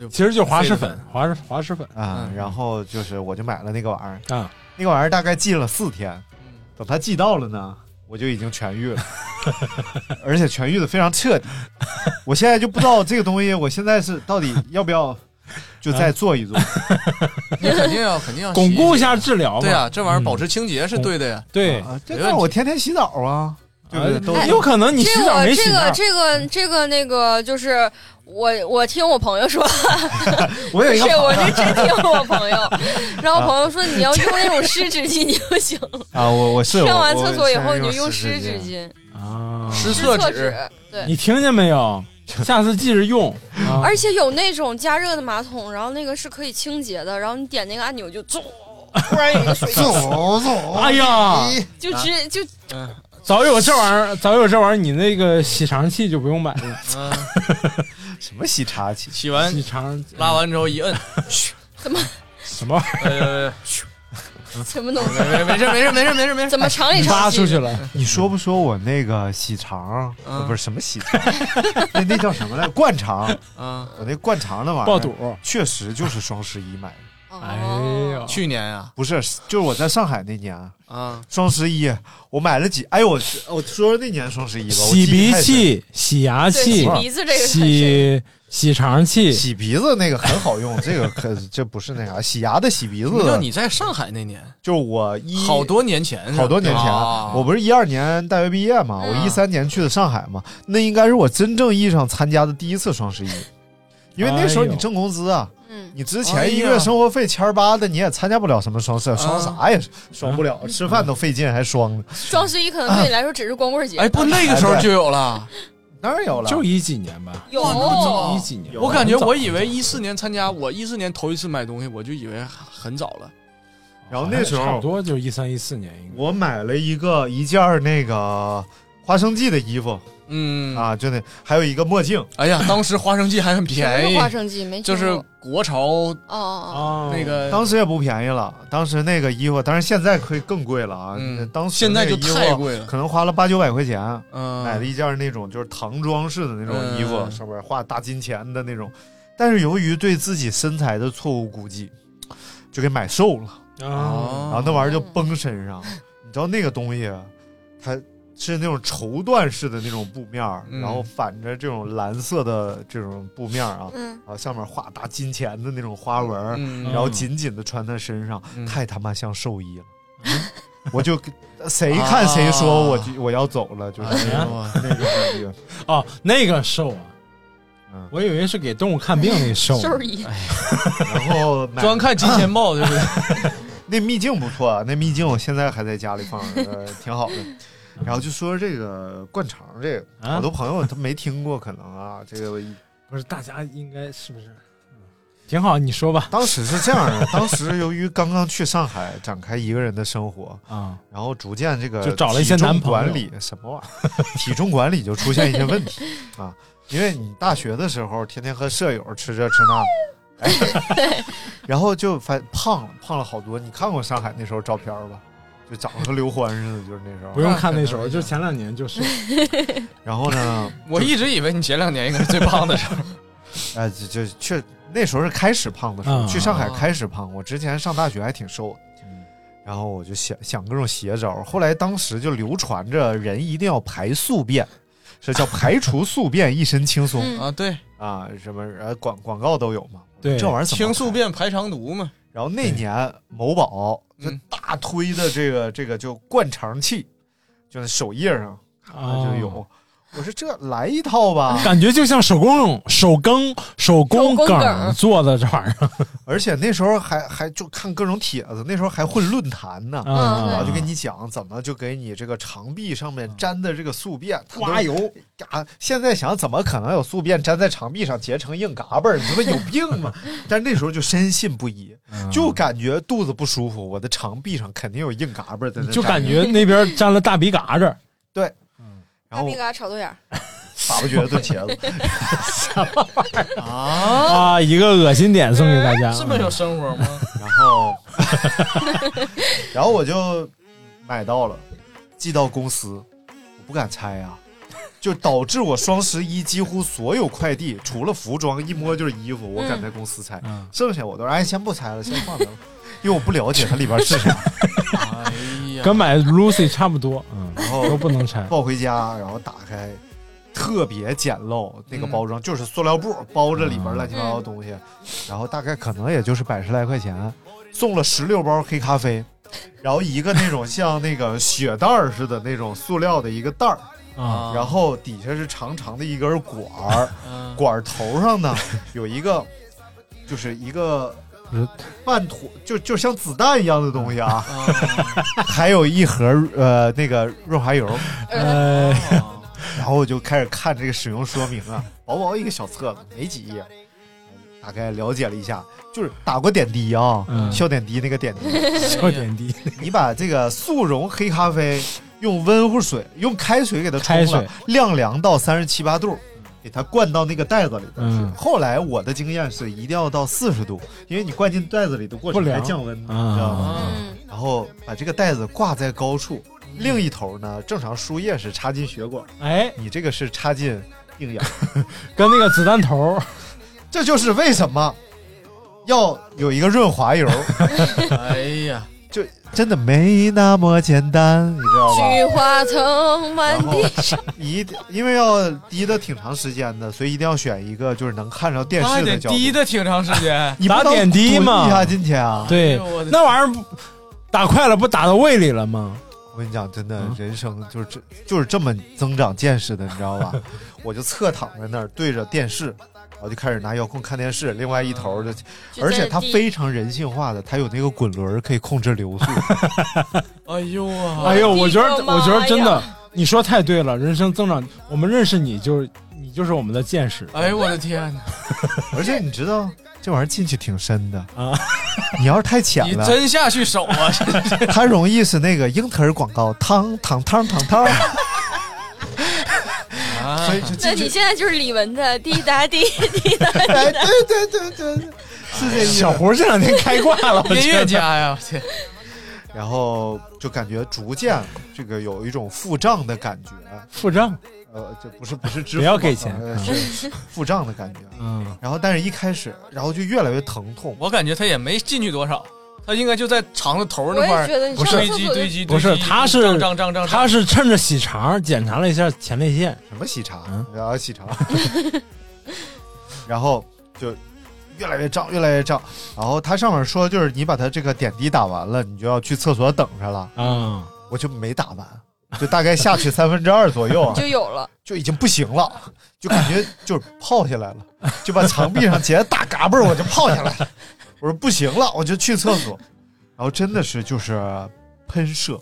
S2: 就
S3: 其实就是滑石粉，滑石滑石粉
S1: 啊。然后就是我就买了那个玩意儿，
S3: 啊，
S1: 那个玩意儿大概寄了四天，等它寄到了呢，我就已经痊愈了， 而且痊愈的非常彻底。我现在就不知道这个东西，我现在是到底要不要就再做一做？
S2: 你 肯定要肯 定要
S3: 巩固一
S2: 啊洗
S3: 下治疗嘛。嗯
S2: 对呀，这玩意儿保持清洁是对的呀。
S3: 对，
S1: 啊，这
S2: 没问
S1: 让
S2: 题
S1: 我天天洗澡啊，对
S2: 哎
S1: 不对？都
S3: 有可能你洗
S4: 这
S3: 澡
S4: 个
S3: 没洗
S4: 这
S3: 呢
S4: 个这个这个那个就是我我听我朋友说，
S1: 我
S4: 不
S1: 有一
S4: 是
S1: 个
S4: 我是真听我朋 友，然后朋友说你要用那种湿纸巾你就行，
S1: 啊，我我是
S4: 上
S1: 我
S4: 完
S1: 我
S4: 厕所以
S1: 现在
S4: 后你就
S1: 用
S4: 用湿纸
S1: 巾。
S4: 巾，
S3: 啊，
S2: 湿
S4: 湿
S2: 厕
S4: 厕
S2: 纸，，
S4: 对。
S3: 你听见没 有？下次记着用。啊
S4: 而且有那种加热的马桶，然后那个是可以清洁的，然后你点那个按钮就走，突然有一个水
S1: 走走，
S3: 哎呀，
S2: 哦
S4: 就直就
S1: 啊
S3: 早有这玩意儿，早有这玩意儿，你那个洗肠器就不用买了。
S2: 嗯，
S1: 什么洗茶器？
S2: 洗完
S3: 洗肠
S2: 拉完之后 一摁，
S3: 什么玩
S4: 哦
S3: 意
S2: 呃，
S4: 什么东西，
S2: 没没事没事没事没事没事，
S4: 怎么肠里
S3: 儿？拉
S4: 肠
S3: 出
S4: 气？
S3: 去了，
S1: 你说不说我那个洗肠？
S2: 嗯
S1: 呃不是什么洗肠， 那那叫什么来着？灌肠。
S2: 嗯，
S1: 我那灌肠那玩意儿，
S3: 爆肚。
S1: 确实就是双十一买的，
S3: 哎
S4: 哦，
S3: 呀，
S2: 去年啊，
S1: 不是，就是我在上海那年
S2: 啊，
S1: 双十一，我买了几？哎呦，我我说说那年双十一吧，我
S3: 洗
S1: 记忆
S3: 鼻
S1: 太深了、
S3: 器、洗牙
S4: 对，
S3: 器
S4: 洗、鼻子这个很深
S3: 洗洗肠器，
S1: 洗鼻子那个很好 用，这个可这不是那啥，洗牙的、洗鼻子
S2: 你知道
S1: 的，
S2: 你在上海那年，
S1: 就是我一
S2: 好多年前，
S1: 好多年前，
S2: 啊
S1: 我不是一二年大学毕业嘛，
S4: 嗯
S1: 我一三年去的上海嘛，那应该是我真正意义上参加的第一次双 十一，因为那时候
S3: 哎呦
S1: 你挣工资啊，
S4: 嗯，
S1: 你之
S2: 哎
S1: 前
S2: 呀啊
S1: 一个月生活费千儿八的，你也参加不了什么双十，双啥呀，双不 了，吃饭都费劲，还双呢，
S4: 双十一可能对你来说只是光棍节，
S2: 哎，不，那个时候就有了。
S1: 当然有了，
S3: 就一几年吧，
S4: 有哦
S3: 一几年。
S2: 我感觉我以为一四年参加，我一四年头一次买东西，我就以为很早了。
S1: 然后那
S2: 哎
S1: 时候
S3: 差不多就是一三一四年应该。
S1: 我买了一个一件儿那个花生记的衣服
S2: 嗯，
S1: 啊，就那还有一个墨镜，
S2: 哎呀，当时花生剂还很
S4: 什么
S2: 便
S4: 是
S2: 宜，
S4: 花生剂没听
S2: 就
S4: 过
S2: 是国潮
S4: 哦哦
S3: 哦，
S2: 那个，
S1: 当时也不便宜了，当时那个衣服，当然现在可以更贵了啊，
S2: 嗯
S1: 当时
S2: 现在
S1: 那个
S2: 就
S1: 衣服
S2: 太贵了。
S1: 可能花了八九百块钱，
S2: 嗯，
S1: 买了一件那种就是唐装式的那种衣服，
S2: 嗯
S1: 上面画大金钱的那种。但是由于对自己身材的错误估计，就给买瘦了，
S3: 啊，
S2: 哦
S1: 然后那玩意儿就崩身 上。你知道那个东西，啊它是那种绸缎式的那种布面儿，
S2: 嗯
S1: 然后反着这种蓝色的这种布面儿啊，
S4: 嗯，
S1: 然后上面画大金钱的那种花纹儿，
S2: 嗯，
S1: 然后紧紧的穿在身上，
S2: 嗯
S1: 太他妈像寿衣了。我就谁看谁说我就我要走了，就是那种
S2: 啊
S1: 那个感觉。
S3: 哦，那个瘦啊
S1: 嗯，
S3: 我以为是给动物看病那瘦。
S4: 兽医，
S2: 哎
S1: 然后买
S2: 专看金钱豹，对不对？
S1: 那秘境不错，啊那秘境我现在还在家里放着，呃挺好的。然后就说这个灌肠这个，
S3: 啊
S1: 好多朋友他没听过，可能啊，这个
S3: 不是，大家应该是不是？嗯挺好，你说吧。
S1: 当时是这样的，当时由于刚刚去上海展开一个人的生活，
S3: 啊，
S1: 然后逐渐这个
S3: 就找了一些
S1: 体重
S3: 男朋友
S1: 管理什么玩意 儿，体重管理就出现一些问题 啊，因为你大学的时候天天和舍友吃这吃那。哎，然后就反胖了，胖了好多。你看过上海那时候照片吧？就长得和刘欢似的，就是那时候。
S3: 不用看那时候，就前两年就是。
S1: 然 后呢，
S2: 我一直以为你前两年应该是最胖的时候。
S1: 呃，就就确那时候是开始胖的时候，
S3: 嗯
S1: 去上海开始胖。我之前上大学还挺瘦的，
S2: 嗯
S1: 然后我就想想各种邪招。后来当时就流传着人一定要排宿便，是叫排除宿便，一身轻松。
S4: 嗯
S2: 啊，对，
S1: 啊，什么呃广广告都有嘛。
S3: 对，
S1: 这玩意儿怎么
S2: 清宿便排肠毒嘛。嗯
S1: 然后那年某宝就大推的这个这个就灌肠器，就在首页上啊
S3: 哦
S1: 就有。我说这来一套吧，
S3: 啊感觉就像手工手工手工
S1: 手工梗
S3: 梗做的这玩意儿。
S1: 而且那时候还还就看各种帖子，那时候还混论坛呢，啊
S3: 嗯嗯
S1: 然后就跟你讲怎么就给你这个肠壁上面
S3: 啊
S1: 粘的这个宿便它都
S5: 刮油
S1: 啊！现在想怎么可能有宿便粘在肠壁上结成硬嘎巴儿？你他妈有病吗？但是那时候就深信不疑，
S3: 嗯
S1: 就感觉肚子不舒服，我的肠壁上肯定有硬嘎巴儿在那
S3: 就
S1: 站
S3: 感
S1: 着
S3: 觉那边沾了大鼻嘎子，
S1: 对，然
S4: 大
S1: 后
S4: 鼻嘎炒豆芽儿，
S1: 法不觉得炖茄子，
S3: 啊，一个恶心点送给大家。嗯
S2: 这么有生活吗？
S1: 然后， 然后我就买到了，寄到公司，我不敢拆呀、就导致我双十一几乎所有快递，除了服装一摸就是衣服，我敢在公司拆，
S3: 嗯
S1: 剩下我都是哎先不拆了，先放着吧，因为我不了解它里边是啥。
S3: 跟买 Lucy 差不多，嗯，
S1: 然后
S3: 都不能 拆。
S1: 抱回家，然后打开，特别简陋，那个包装、就是塑料布包着里边乱七八糟的东西，然后大概可能也就是百十来块钱，送了十六包黑咖啡，然后一个那种像那个雪袋儿似的那种塑料的一个袋儿。
S3: 啊
S1: 然后底下是长长的一根管儿，
S2: 嗯
S1: 管儿头上呢有一个，就是一个
S3: 嗯
S1: 半坨，就就像子弹一样的东西啊， 还有一盒呃那个润滑油，
S3: 呃，
S1: 然后我就开始看这个使用说明啊，薄薄一个小册子，没几页，大概了解了一下，就是打过点滴啊，
S3: 嗯
S1: 消点滴那个点滴，
S3: 笑点低，
S1: 你把这个速溶黑咖啡用温乎水，用开水给它
S3: 开
S1: 冲
S3: 水
S1: 了，晾凉到三十七八度。给它灌到那个袋子里头去。
S3: 嗯
S1: 后来我的经验是，一定要到四十度，因为你灌进袋子里的过
S3: 不
S1: 程
S3: 凉
S1: 还降温，你知
S3: 啊
S1: 道吗？
S4: 嗯，
S1: 然后把这个袋子挂在高处，另一头呢，正常输液是插进血管，
S3: 哎，
S1: 你这个是插进硬眼，
S3: 跟那个子弹头，
S1: 这就是为什么要有一个润 滑油，
S2: 哎呀，
S1: 就真的没那么简单，你知道
S4: 嗯菊
S1: 吧？
S4: 花曾满地伤，
S1: 一定因为要滴的挺长时间的，所以一定要选一个就是能看着电
S2: 那还
S1: 视
S2: 得
S1: 的角度。。
S2: 滴的挺长时间
S1: 你不能
S3: 打点滴嘛
S1: 蹲一下进去啊！
S3: 对
S2: 哎呦我的，
S3: 那玩意儿打快了不打到胃里了吗？
S1: 我跟你讲，真的
S3: 嗯，
S1: 人生就是这就是这么增长见识的，你知 道吧？我就侧躺在那儿对着电视，然后就开始拿遥控看电视，另外一头就 而且它非常人性化的，它有那个滚轮可以控制流速。
S2: 哎呦啊，
S3: 哎呦，
S4: 我
S3: 我
S4: 的
S3: 觉得，
S4: 个妈
S3: 我觉得真的
S4: 呀，
S3: 你说太对了。人生增长，我们认识你就是你就是我们的见识。
S2: 哎呦我的天哪！
S1: 而且你知道这玩意儿进去挺深的
S3: 啊，
S1: 你要是太浅
S2: 你
S1: 了，
S2: 真下去手 啊！
S1: 它容易是那个英特尔广告汤汤汤汤汤，所以就
S4: 那
S1: 进
S4: 你
S1: 去。
S4: 现在就是李玟的滴答滴滴答，
S1: 哎，对对对对，对是这意思
S3: 小。胡这两天开挂了，我
S2: 音
S3: 觉
S2: 乐
S3: 得
S2: 家呀，我天，
S1: 然后就感觉逐渐这个有一种付账的感觉， 啊
S3: 付账，
S1: 呃，这不是不是支付
S3: 不要给钱
S1: 宝呃是付账的感觉。啊
S3: 嗯，
S1: 然后但是一开始，然后就越来越疼痛，
S2: 我感觉他也没进去多少，他应该就在肠子 头
S4: 我
S2: 那块
S4: 也觉
S2: 儿
S4: 得你
S3: 不
S4: 上
S3: 是
S2: 堆
S4: 厕
S2: 积
S4: 所
S2: 堆
S4: 就
S2: 积。
S3: 不是
S2: 堆积
S3: 他是
S2: 胀胀胀胀，
S3: 他是趁着洗肠检查了一下前列腺，
S1: 什么洗肠
S3: 嗯，
S1: 然后洗肠， 然后就越来越胀，越来越胀。然后它上面说，就是你把它这个点滴打完了，你就要去厕所等着了。
S3: 啊，
S1: 我就没打完，就大概下去三分之二左右啊，
S4: 就有了，
S1: 就已经不行了，就感觉就是泡下来了，就把墙壁上结的大嘎嘣儿，我就泡下来了。我说不行了，我就去厕所，然后真的是就是喷射，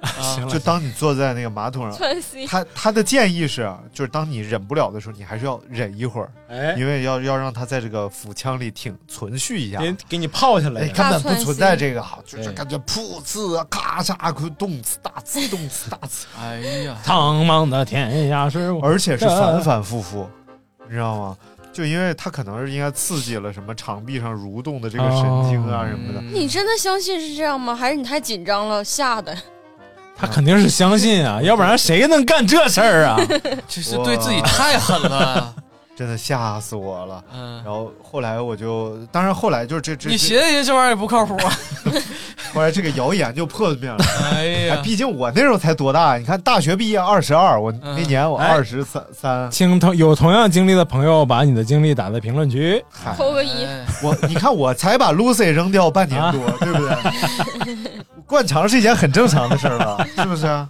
S1: 啊
S3: 行了
S1: 就，当你坐在那个马
S2: 嗯
S1: 桶上。
S4: 窜 C
S1: 他他的建议是，啊就是当你忍不了的时候，你还是要忍一会儿，
S3: 哎，
S1: 因为要要让它在这个腹腔里挺存续一下。
S3: 给给你泡下来
S1: 哎，
S3: 呀，
S1: 根本不
S4: 大窜
S1: 存在
S4: 稀
S1: 这个啊，就是感觉噗呲啊咔嚓，咕动次大次动次大次，
S2: 哎呀，
S3: 苍茫的天涯是我。
S1: 而且是反反复复，你知道吗？就因为它可能是应该刺激了什么肠壁上蠕动的这个神经啊什么的，
S2: 嗯
S4: 你真的相信是这样吗？还是你太紧张了吓的？
S3: 他肯定是相信啊，要不然谁能干这事儿啊？
S2: 这是对自己太狠了。
S1: 真的吓死我了。然
S2: 嗯，
S1: 后后来我就，当然后来就是这这
S2: 你
S1: 这
S2: 寻思寻思这玩意儿也不靠谱啊。
S1: 后来这个谣言就破灭了。
S2: 哎呀
S1: 毕竟我那时候才多大？啊你看大学毕业二十二，我
S2: 嗯
S1: 那年我
S3: 哎
S1: 二十三 三。
S3: 听同有同样经历的朋友，把你的经历打在评论区。
S1: 嗨
S4: 扣个一，
S2: 哎
S1: 我你看我才把 Lucy 扔掉半年
S2: 啊
S1: 多，对不对？ 灌肠是一件很正常的事儿 了，是不是啊？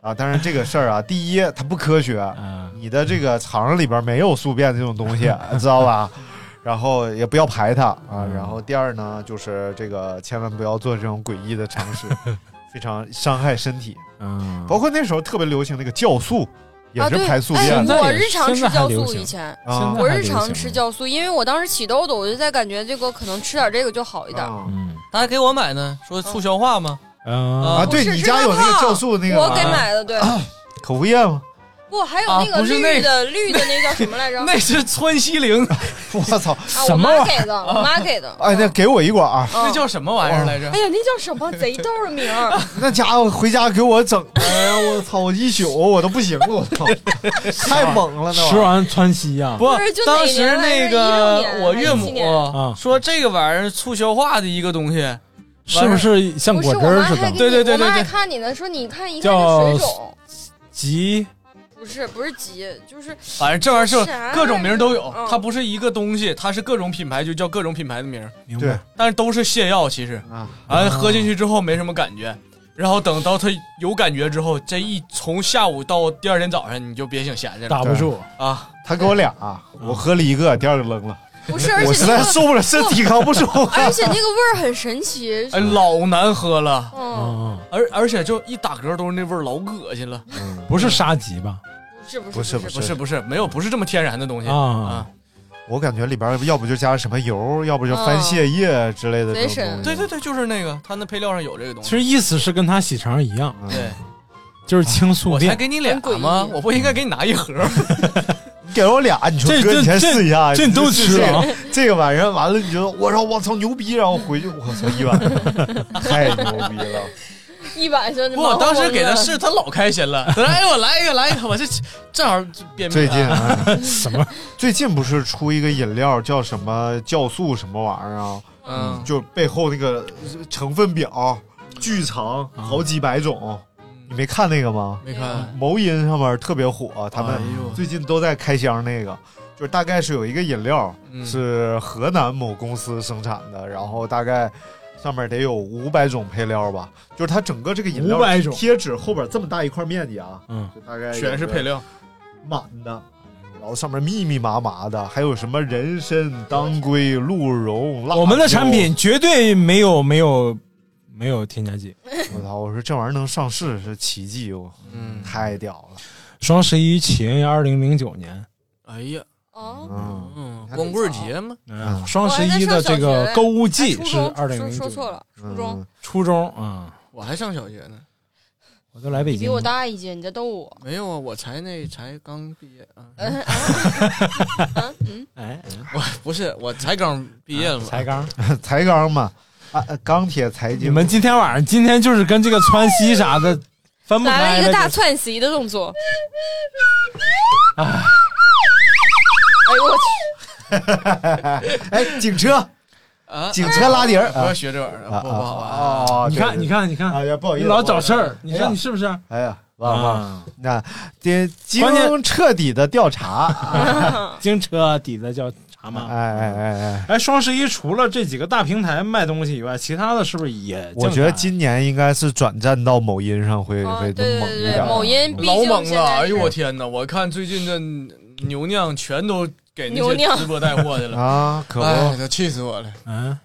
S1: 啊，当然这个事儿啊，第一它不科学，
S3: 啊
S2: 嗯
S1: 你的这个肠子里边没有宿便这种东西，啊知道吧？然后也不要排它
S2: 嗯
S1: 啊。然后第二呢，就是这个千万不要做这种诡异的尝 试，非常伤害身体。
S3: 嗯，
S1: 包括那时候特别流行那个酵素，也
S4: 啊，
S1: 是
S4: 对，
S1: 排宿
S4: 哎
S1: 便。的。
S4: 我日常吃
S3: 现在还
S4: 酵
S3: 流
S4: 素，
S3: 行
S4: 以前
S1: 现在还
S4: 我
S3: 流
S4: 日常
S3: 行
S4: 吃酵素，因为我当时起痘痘，我就在感觉这个可能吃点这个就好一点。
S1: 啊
S3: 嗯
S2: 他还给我买呢，说促消化嘛。
S3: 嗯
S2: 啊
S1: 啊，对
S4: 是
S1: 你
S4: 真
S1: 家
S4: 的
S1: 有那个
S4: 胖
S1: 酵素那个
S4: 我
S1: 吗啊
S4: 给买的，对，
S1: 口服液吗？
S4: 不，还有
S2: 啊
S4: 那个
S2: 不是那
S4: 绿 的绿的那叫什么来着？
S2: 那是川西灵，
S1: 我 操！
S4: 啊，
S3: 什
S4: 我
S3: 么
S4: 妈
S3: 玩
S4: 给的，我妈给的。
S1: 哎，那给我一管
S4: 嗯
S1: 儿，
S2: 那叫什么玩意儿来着
S4: 哎？呀，那叫什么贼逗的名 儿？
S2: 啊
S1: 那家伙回家给我整，哎呀，我操！我一宿我都不行了，我 操！太猛了，那
S2: 啊
S1: 玩意
S3: 吃
S1: 儿
S3: 完川西呀，
S2: 不
S4: 不是就，哪
S2: 当
S4: 年
S2: 时
S4: 来着
S2: 那个
S4: 16年
S2: 我岳
S4: 17年
S3: 啊
S2: 母说这个玩意儿促消化的一个东西，
S3: 是不是像
S4: 不
S3: 果
S4: 是，
S3: 汁
S4: 我妈
S3: 儿似
S4: 还给
S3: 的
S4: 你，
S2: 对对对
S4: 我妈
S2: 对对
S4: 还看你呢，说你看一看就水肿，
S3: 急
S4: 不是不是急，就是
S2: 反正这玩意儿是
S4: 啥
S2: 各种名儿都有
S4: 嗯，
S2: 它不是一个东西，它是各种品牌就叫各种品牌的名儿，
S3: 明
S1: 对
S3: 白？
S2: 但是都是泻药。其实，
S1: 啊！
S2: 完喝进去之后没什么感觉，然后等到他有感觉之后，这一从下午到第二天早上你就别想闲着了
S3: 打不住，
S2: 啊！
S1: 他给我俩，我喝了一个，第二个扔了，
S4: 不是，而
S1: 我
S4: 且
S1: 实
S4: 那
S1: 在
S4: 个
S1: 受 不了，身体扛不住。
S4: 而且那个味儿很神奇，
S2: 哎，老难喝了，
S4: 嗯，
S3: 嗯，
S2: 而而且就一打嗝都是那味儿，老恶心了。
S3: 嗯不是杀鸡吧？
S4: 不是不
S1: 不是
S4: 是
S1: 不
S2: 不是不是，没有不是这么天然的东西
S3: 啊，
S1: 我感觉里边要不就加什么油，要不就
S4: 嗯
S1: 番泻叶之类的这
S4: 贼
S1: 种
S4: 神
S1: 东西。
S2: 对对对，就是那个，它那配料上有这个东
S3: 其
S2: 西。
S3: 实意思是跟他洗肠一样，
S1: 嗯
S2: 对，
S3: 就是清宿
S2: 我才
S3: 便。
S2: 给你俩
S4: 很诡异
S2: 吗？我不应该给你拿一盒吗？
S1: 你给了我俩，你说
S3: 这
S1: 哥，
S3: 这
S1: 你先试一下，
S3: 这这你都吃了啊
S1: 这个这个晚上完了，你觉得我操，我操牛逼，然后回去，我操一晚 上，太牛逼了。
S4: 一晚上就
S2: 不，
S4: 忙
S2: 我当时
S4: 活
S2: 给他
S4: 了
S2: 试，他老开心了。他说：“哎，我来一个，来一个，我这正好便秘。”
S1: 最近、哎
S3: 什么？
S1: 最近不是出一个饮料叫什么酵素什么玩意儿啊？
S2: 嗯，
S1: 就背后那个呃成分表巨长，
S3: 啊
S1: 好几百种，你没看那个吗？
S2: 没
S4: 嗯
S2: 看，
S1: 某音上面特别火，他们
S2: 哎呦
S1: 最近都在开箱那个，就是大概是有一个饮料
S2: 嗯
S1: 是河南某公司生产的，然后大概。上面得有五百种配料吧，就是它整个这个饮料
S3: 500种
S1: 贴纸后边这么大一块面积啊，
S3: 嗯，
S1: 就大概
S2: 全是
S1: 有个
S2: 配料。
S1: 满的，然后上面密密麻麻的，还有什么人参、当归、鹿茸、辣椒
S3: 我们的产品，绝对没有没有没有添加剂。
S1: 我操！我说这玩意儿能上市是奇迹，我
S2: 嗯，
S1: 太屌了。
S3: 双十一起源于二零零九年，
S2: 哎呀，
S4: 哦，
S1: 嗯，
S2: 嗯，光棍节嘛，
S3: 嗯，双十一的这
S4: 我还在上小
S3: 个
S4: 学
S3: 购物
S4: 哎
S3: 季
S4: 初
S3: 是
S4: 中
S3: 二零
S4: 说
S3: 零
S4: 说错
S3: 九
S4: 了，哎初中
S1: 嗯
S3: 初中啊，
S2: 我还上小学呢。
S3: 我都来北
S4: 你比
S3: 京
S4: 我，大一届，你在逗我。
S2: 没有啊，我才那才刚毕业啊，
S4: 嗯嗯嗯，
S3: 哎，
S2: 我不是我才刚毕业嘛，
S3: 才刚。
S1: 才刚嘛，啊，呃钢铁财经。
S3: 你们今天晚上今天就是跟这个川西啥的分不
S4: 来
S3: 开
S4: 了一个大
S3: 这
S4: 窜席的动作。哎呦我去！
S1: 哎，警车，
S2: 啊，
S1: 警车拉笛儿
S2: 不要
S1: 啊
S2: 学这玩意儿，
S1: 啊
S2: 不不好玩啊。
S1: 啊！
S3: 你看，你
S1: 看，
S3: 看，你看，
S1: 哎呀，不好意
S3: 你
S1: 思，
S3: 老找事儿，
S1: 不好
S3: 你
S1: 意思
S3: 说你是不是？
S1: 哎呀，忘了忘了。
S3: 啊，
S1: 那得经
S3: 关键
S1: 彻底的 调查，
S3: 啊京车底子叫啥
S1: 哎
S3: 嘛？
S1: 哎哎哎，
S3: 哎，双十一除了这几个大平台卖东西以外，其他的是不是也降价？
S1: 我觉得今年应该是转战到某音上会
S4: 哦
S1: 会
S4: 对对
S1: 猛一
S4: 对
S1: 点
S4: 对，
S1: 儿。
S4: 某音毕
S2: 老
S4: 竟
S2: 猛
S4: 现
S2: 了！
S4: 在
S2: 哎呦我天哪！我看最近这牛酿全都给
S4: 牛
S2: 那些
S4: 酿
S2: 直播带货的了，
S1: 啊，可不
S2: 哎，，这气死我了！
S3: 嗯，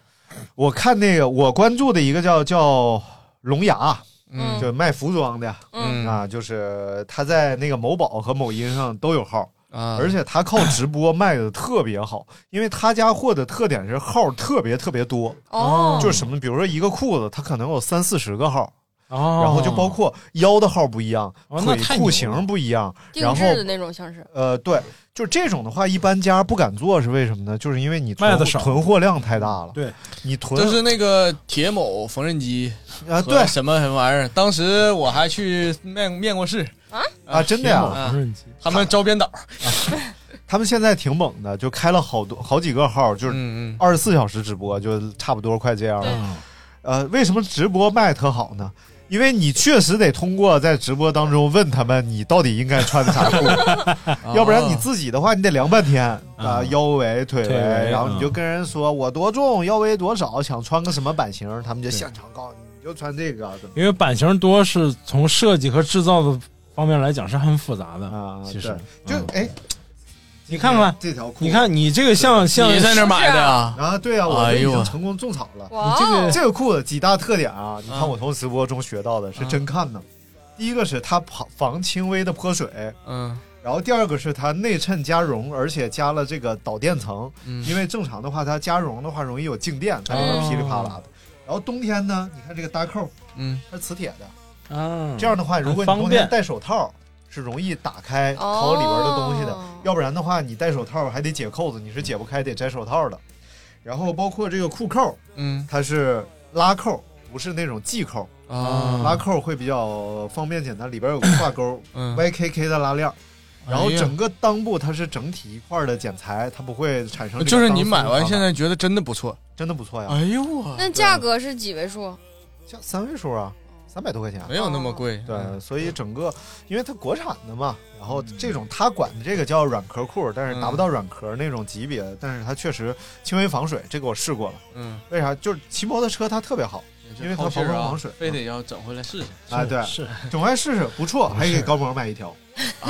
S1: 我看那个我关注的一个叫叫聋哑，
S4: 嗯
S1: 就卖服装的、
S4: 嗯
S1: 啊，就是他在那个某宝和某音上都有号，
S2: 啊，
S1: 而且他靠直 播卖的特别好，因为他家货的特点是号特别特别多，
S4: 哦，
S3: 嗯
S1: 就是什么，比如说一个裤子，它可能有三四十个号，
S3: 哦，
S1: 然后就包括腰的号不一样，
S3: 哦那
S1: 腿
S3: 太牛
S1: 裤
S3: 了
S1: 型不一样，
S4: 定
S1: 然后
S4: 制的那种，像是
S1: 呃，对，就这种的话，一般家不敢做是为什么呢？就是因为你
S3: 卖
S1: 囤
S3: 得少
S1: 囤货量太大了，
S3: 对，
S1: 你囤
S2: 就是那个铁某缝纫机和
S1: 啊，嗯对
S2: 什么什么玩意儿，当时我还去面面过试，
S1: 啊，真的呀、
S2: 啊
S3: 缝纫机
S2: 他们招编导，
S1: 他们现在挺猛的，就开了好多好几个号，就是
S2: 嗯嗯，
S1: 二十四小时直播，就差不多快这样了。
S3: 嗯
S1: 呃，为什么直播卖特好呢？因为你确实得通过在直播当中问他们你到底应该穿啥裤， 要不然你自己的话你得量半天啊，腰围、腿围，
S3: 腿围
S1: 然后你就跟人说我多重，腰围多少，想穿个什么版型，他们就现场告诉你，你就穿这个，怎么
S3: 因为版型多是从设计和制造的方面来讲是很复杂的。
S1: 啊
S3: 其实
S1: 对就哎，
S3: 你看看
S1: 这条裤，
S3: 你看你这个像像
S2: 你在那儿买的呀？
S1: 啊，对啊，我
S2: 哎
S1: 这已
S2: 呦
S1: 经
S2: 我
S1: 成功种草了。
S4: 哇
S1: 这
S4: 哦
S1: 个这个裤子几大特点啊？你看
S2: 啊
S1: 我从直播中学到的
S2: 嗯
S1: 是真看呢。第一个是它防防轻微的泼水，
S2: 嗯
S1: 然后第二个是它内衬加绒，而且加了这个导电层，
S2: 嗯，哦
S1: 因为正常的话它加绒的话容易有静电，它就会噼里啪啦的。然后冬天呢，你看这个搭扣
S2: 嗯
S1: 它是磁铁的，
S3: 啊，
S1: 这样的话，如果你
S3: 方
S1: 冬天
S3: 便
S1: 戴手套，是容易打开掏里边的东西的。
S4: 哦
S1: 要不然的话，你戴手套还得解扣子，你是解不开，得摘手套的。然后包括这个裤扣，
S2: 嗯
S1: 它是拉扣，不是那种系扣，
S2: 啊，
S1: 拉扣会比较方便简单，里边有个挂钩
S2: 嗯
S1: ，YKK 的拉链儿。然后
S2: 哎呀
S1: 整个裆部它是整体一块儿的剪裁，它不会产生这个
S2: 就是你
S1: 裆
S2: 买完
S1: 松
S2: 现
S1: 的
S2: 在觉得真的不错。
S1: 真的不错呀，
S2: 哎呦我，
S4: 那价格是几位数？
S1: 像三位数啊，三百多块钱啊。
S2: 没有那么贵。
S1: 对，所以整个，因为它国产的嘛，然后这种它管的这个叫软壳裤，但是达不到软壳那种级别，但是它确实轻微防水，这个我试过了。
S2: 嗯，
S1: 为啥？就是骑摩托车它特别好，因为它防风防水。
S6: 非得要整回来试试。
S1: 啊，对，
S3: 是，
S1: 总来试试不错，还给高萌买一条。
S4: 哦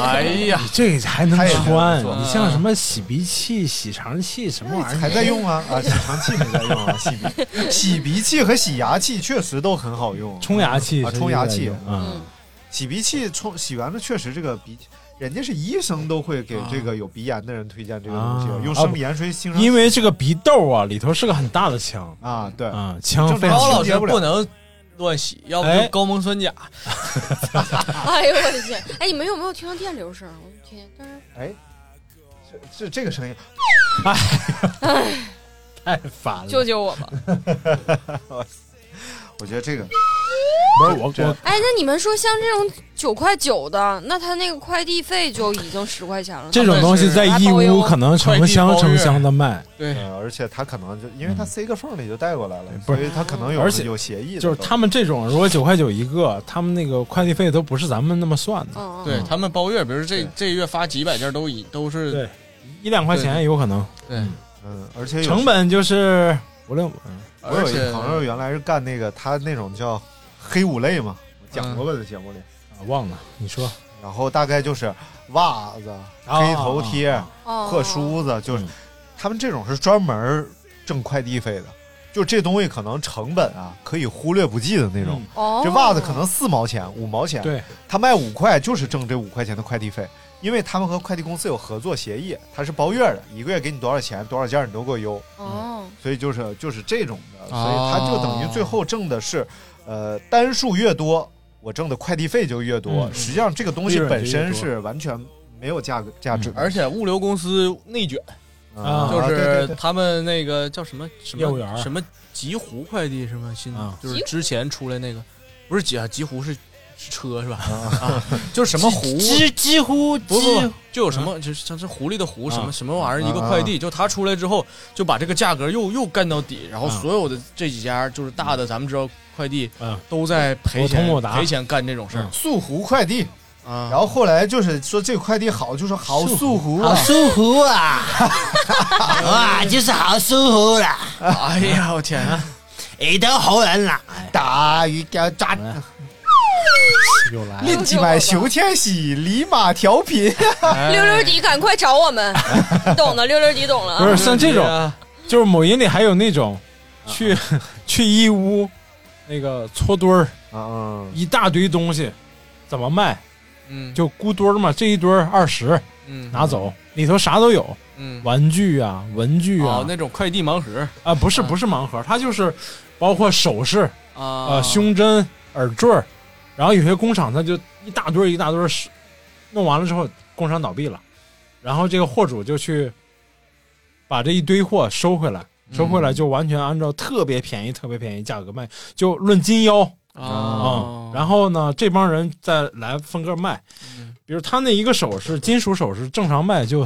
S2: 哎呀，
S3: 你这个还能
S1: 它也能
S3: 穿？
S1: 做
S3: 你像什么洗鼻器、洗肠器什么玩意儿
S1: 还在用啊？啊，洗肠器没在用啊，洗鼻洗鼻器和洗牙器确实都很好用。
S3: 冲牙器
S1: 啊
S3: 是
S1: 冲牙
S3: 一个
S1: 器
S3: 用
S4: 嗯
S3: 啊，
S1: 洗鼻器冲洗完了，确实这个鼻，人家是医生都会给这个有鼻炎的人推荐这个东西，
S3: 啊
S1: 用生理盐水清上
S3: 因为这个鼻窦啊里头是个很大的腔
S1: 啊，对，
S3: 啊，腔非常哎
S1: 高
S6: 高
S1: 老
S6: 老
S1: 师
S6: 师
S1: 不
S6: 不能乱洗，要
S3: 不
S6: 不
S3: 就
S6: 就高锰酸钾。
S4: 哎呦我的天！哎，你们有没有听到电流声？我的天，但是
S1: 哎，这这这个声音，
S3: 太烦
S4: 救
S3: 了。
S4: 救我吧！
S1: 我觉得这个
S3: 不是我
S1: 这
S3: 我
S4: 哎，那你们说像这种九块九的，那他那个快递费就已经十块钱了。
S3: 这种东西在义乌可能成箱成箱的卖，
S2: 对，
S1: 呃，而且他可能就因为他
S3: 嗯
S1: 塞个缝里就带过来了，
S3: 不
S1: 所
S3: 是
S1: 以他可能有
S3: 而且
S1: 有协议的
S3: 就
S1: 都，
S3: 是他们这种如果九块九一个，他们那个快递费都不是咱们那么算的，
S4: 嗯，嗯
S2: 对他们包月，比如这这月发几百件都以都是
S3: 对一两块钱有可能。
S2: 对，
S1: 嗯，而且有
S3: 成。本就是五六，啊
S1: 我有
S2: 而
S1: 一
S2: 且
S1: 个朋友原来是干那个他那种叫黑五类嘛，我讲过吧在节目里，
S3: 啊忘了你说
S1: 然后大概就是袜子、
S3: 啊
S1: 黑头贴、
S4: 哦
S1: 破梳子，就是
S3: 嗯
S1: 他们这种是专门挣快递费的，就这东西可能成本啊可以忽略不计的那种。
S4: 哦，
S1: 这袜子可能四毛钱、五毛钱，
S3: 嗯对，
S1: 他卖五块就是挣这五块钱的快递费，因为他们和快递公司有合作协议，他是包月的，一个月给你多少钱，多少件你都给我邮，
S4: 哦，
S1: 所以就是就是这种的，所
S2: 哦
S1: 以他就等于最后挣的是，呃，单数越多，我挣的快递费就越多。
S3: 嗯
S1: 实际上这个东
S3: 利
S1: 西
S3: 润就
S1: 本
S3: 越
S1: 身
S3: 多嗯
S1: 是完全没有价格价值的，嗯
S2: 而且物流公司内卷，
S3: 啊
S2: 就
S1: 对对
S2: 是
S1: 对
S2: 他们那个叫什么什么
S3: 业务员儿
S2: 什么极狐快递什么新
S3: 啊，
S2: 就是
S4: 极狐
S2: 之前出来那个，不是极啊，极狐是是车是吧？啊，就是什么狐。
S3: 几乎
S2: 不不不，就有什么，哦就是像是狐狸的狐，什么
S3: 啊
S2: 什么玩意
S1: 啊
S2: 儿，一个快递，就他出来之后，就把这个价格又又干到底，然后
S3: 啊
S2: 所有的这几家就是大的，咱们知道快递
S3: 嗯
S2: 都在赔
S3: 我同我
S2: 钱
S3: 答
S2: 赔钱干这种事儿
S1: 速狐快递，
S2: 啊。
S1: 然后后来就是说这个快递好，就说好速狐啊，
S3: 舒服啊， 哇，就是好舒服啦，
S2: 哎呀，我天！
S3: 哎，都好人啦，
S1: 打鱼钓抓，
S3: 又来
S1: 论起买熊天喜，李马调频，
S4: 溜溜迪，赶快找我们，你懂的，溜溜迪懂了
S3: 不
S4: 啊。
S3: 是像这种，就是某音里还有那种
S1: 啊
S3: 去 去义乌那个搓堆儿，
S1: 啊
S3: 一大堆东西，怎么卖？
S2: 嗯，
S3: 就孤堆儿嘛，这一堆儿二十
S2: 嗯
S3: 拿走，里头啥都有，
S2: 嗯，
S3: 玩具啊、文具啊
S2: 哦，，那种快递盲盒
S3: 啊不是
S2: 啊
S3: 不是盲盒，它就是包括首饰、
S2: 啊
S3: 呃，胸针、耳坠儿，然后有些工厂它就一大堆儿一大堆儿是，弄完了之后工厂倒闭了，然后这个货主就去把这一堆货收回来，收回
S2: 嗯
S3: 来就完全按照特别便宜、特别便宜价格卖，就论斤腰啊、
S2: 啊，
S3: 然后呢，这帮人再来分个卖，
S2: 嗯
S3: 比如他那一个首饰，金属首饰正常卖就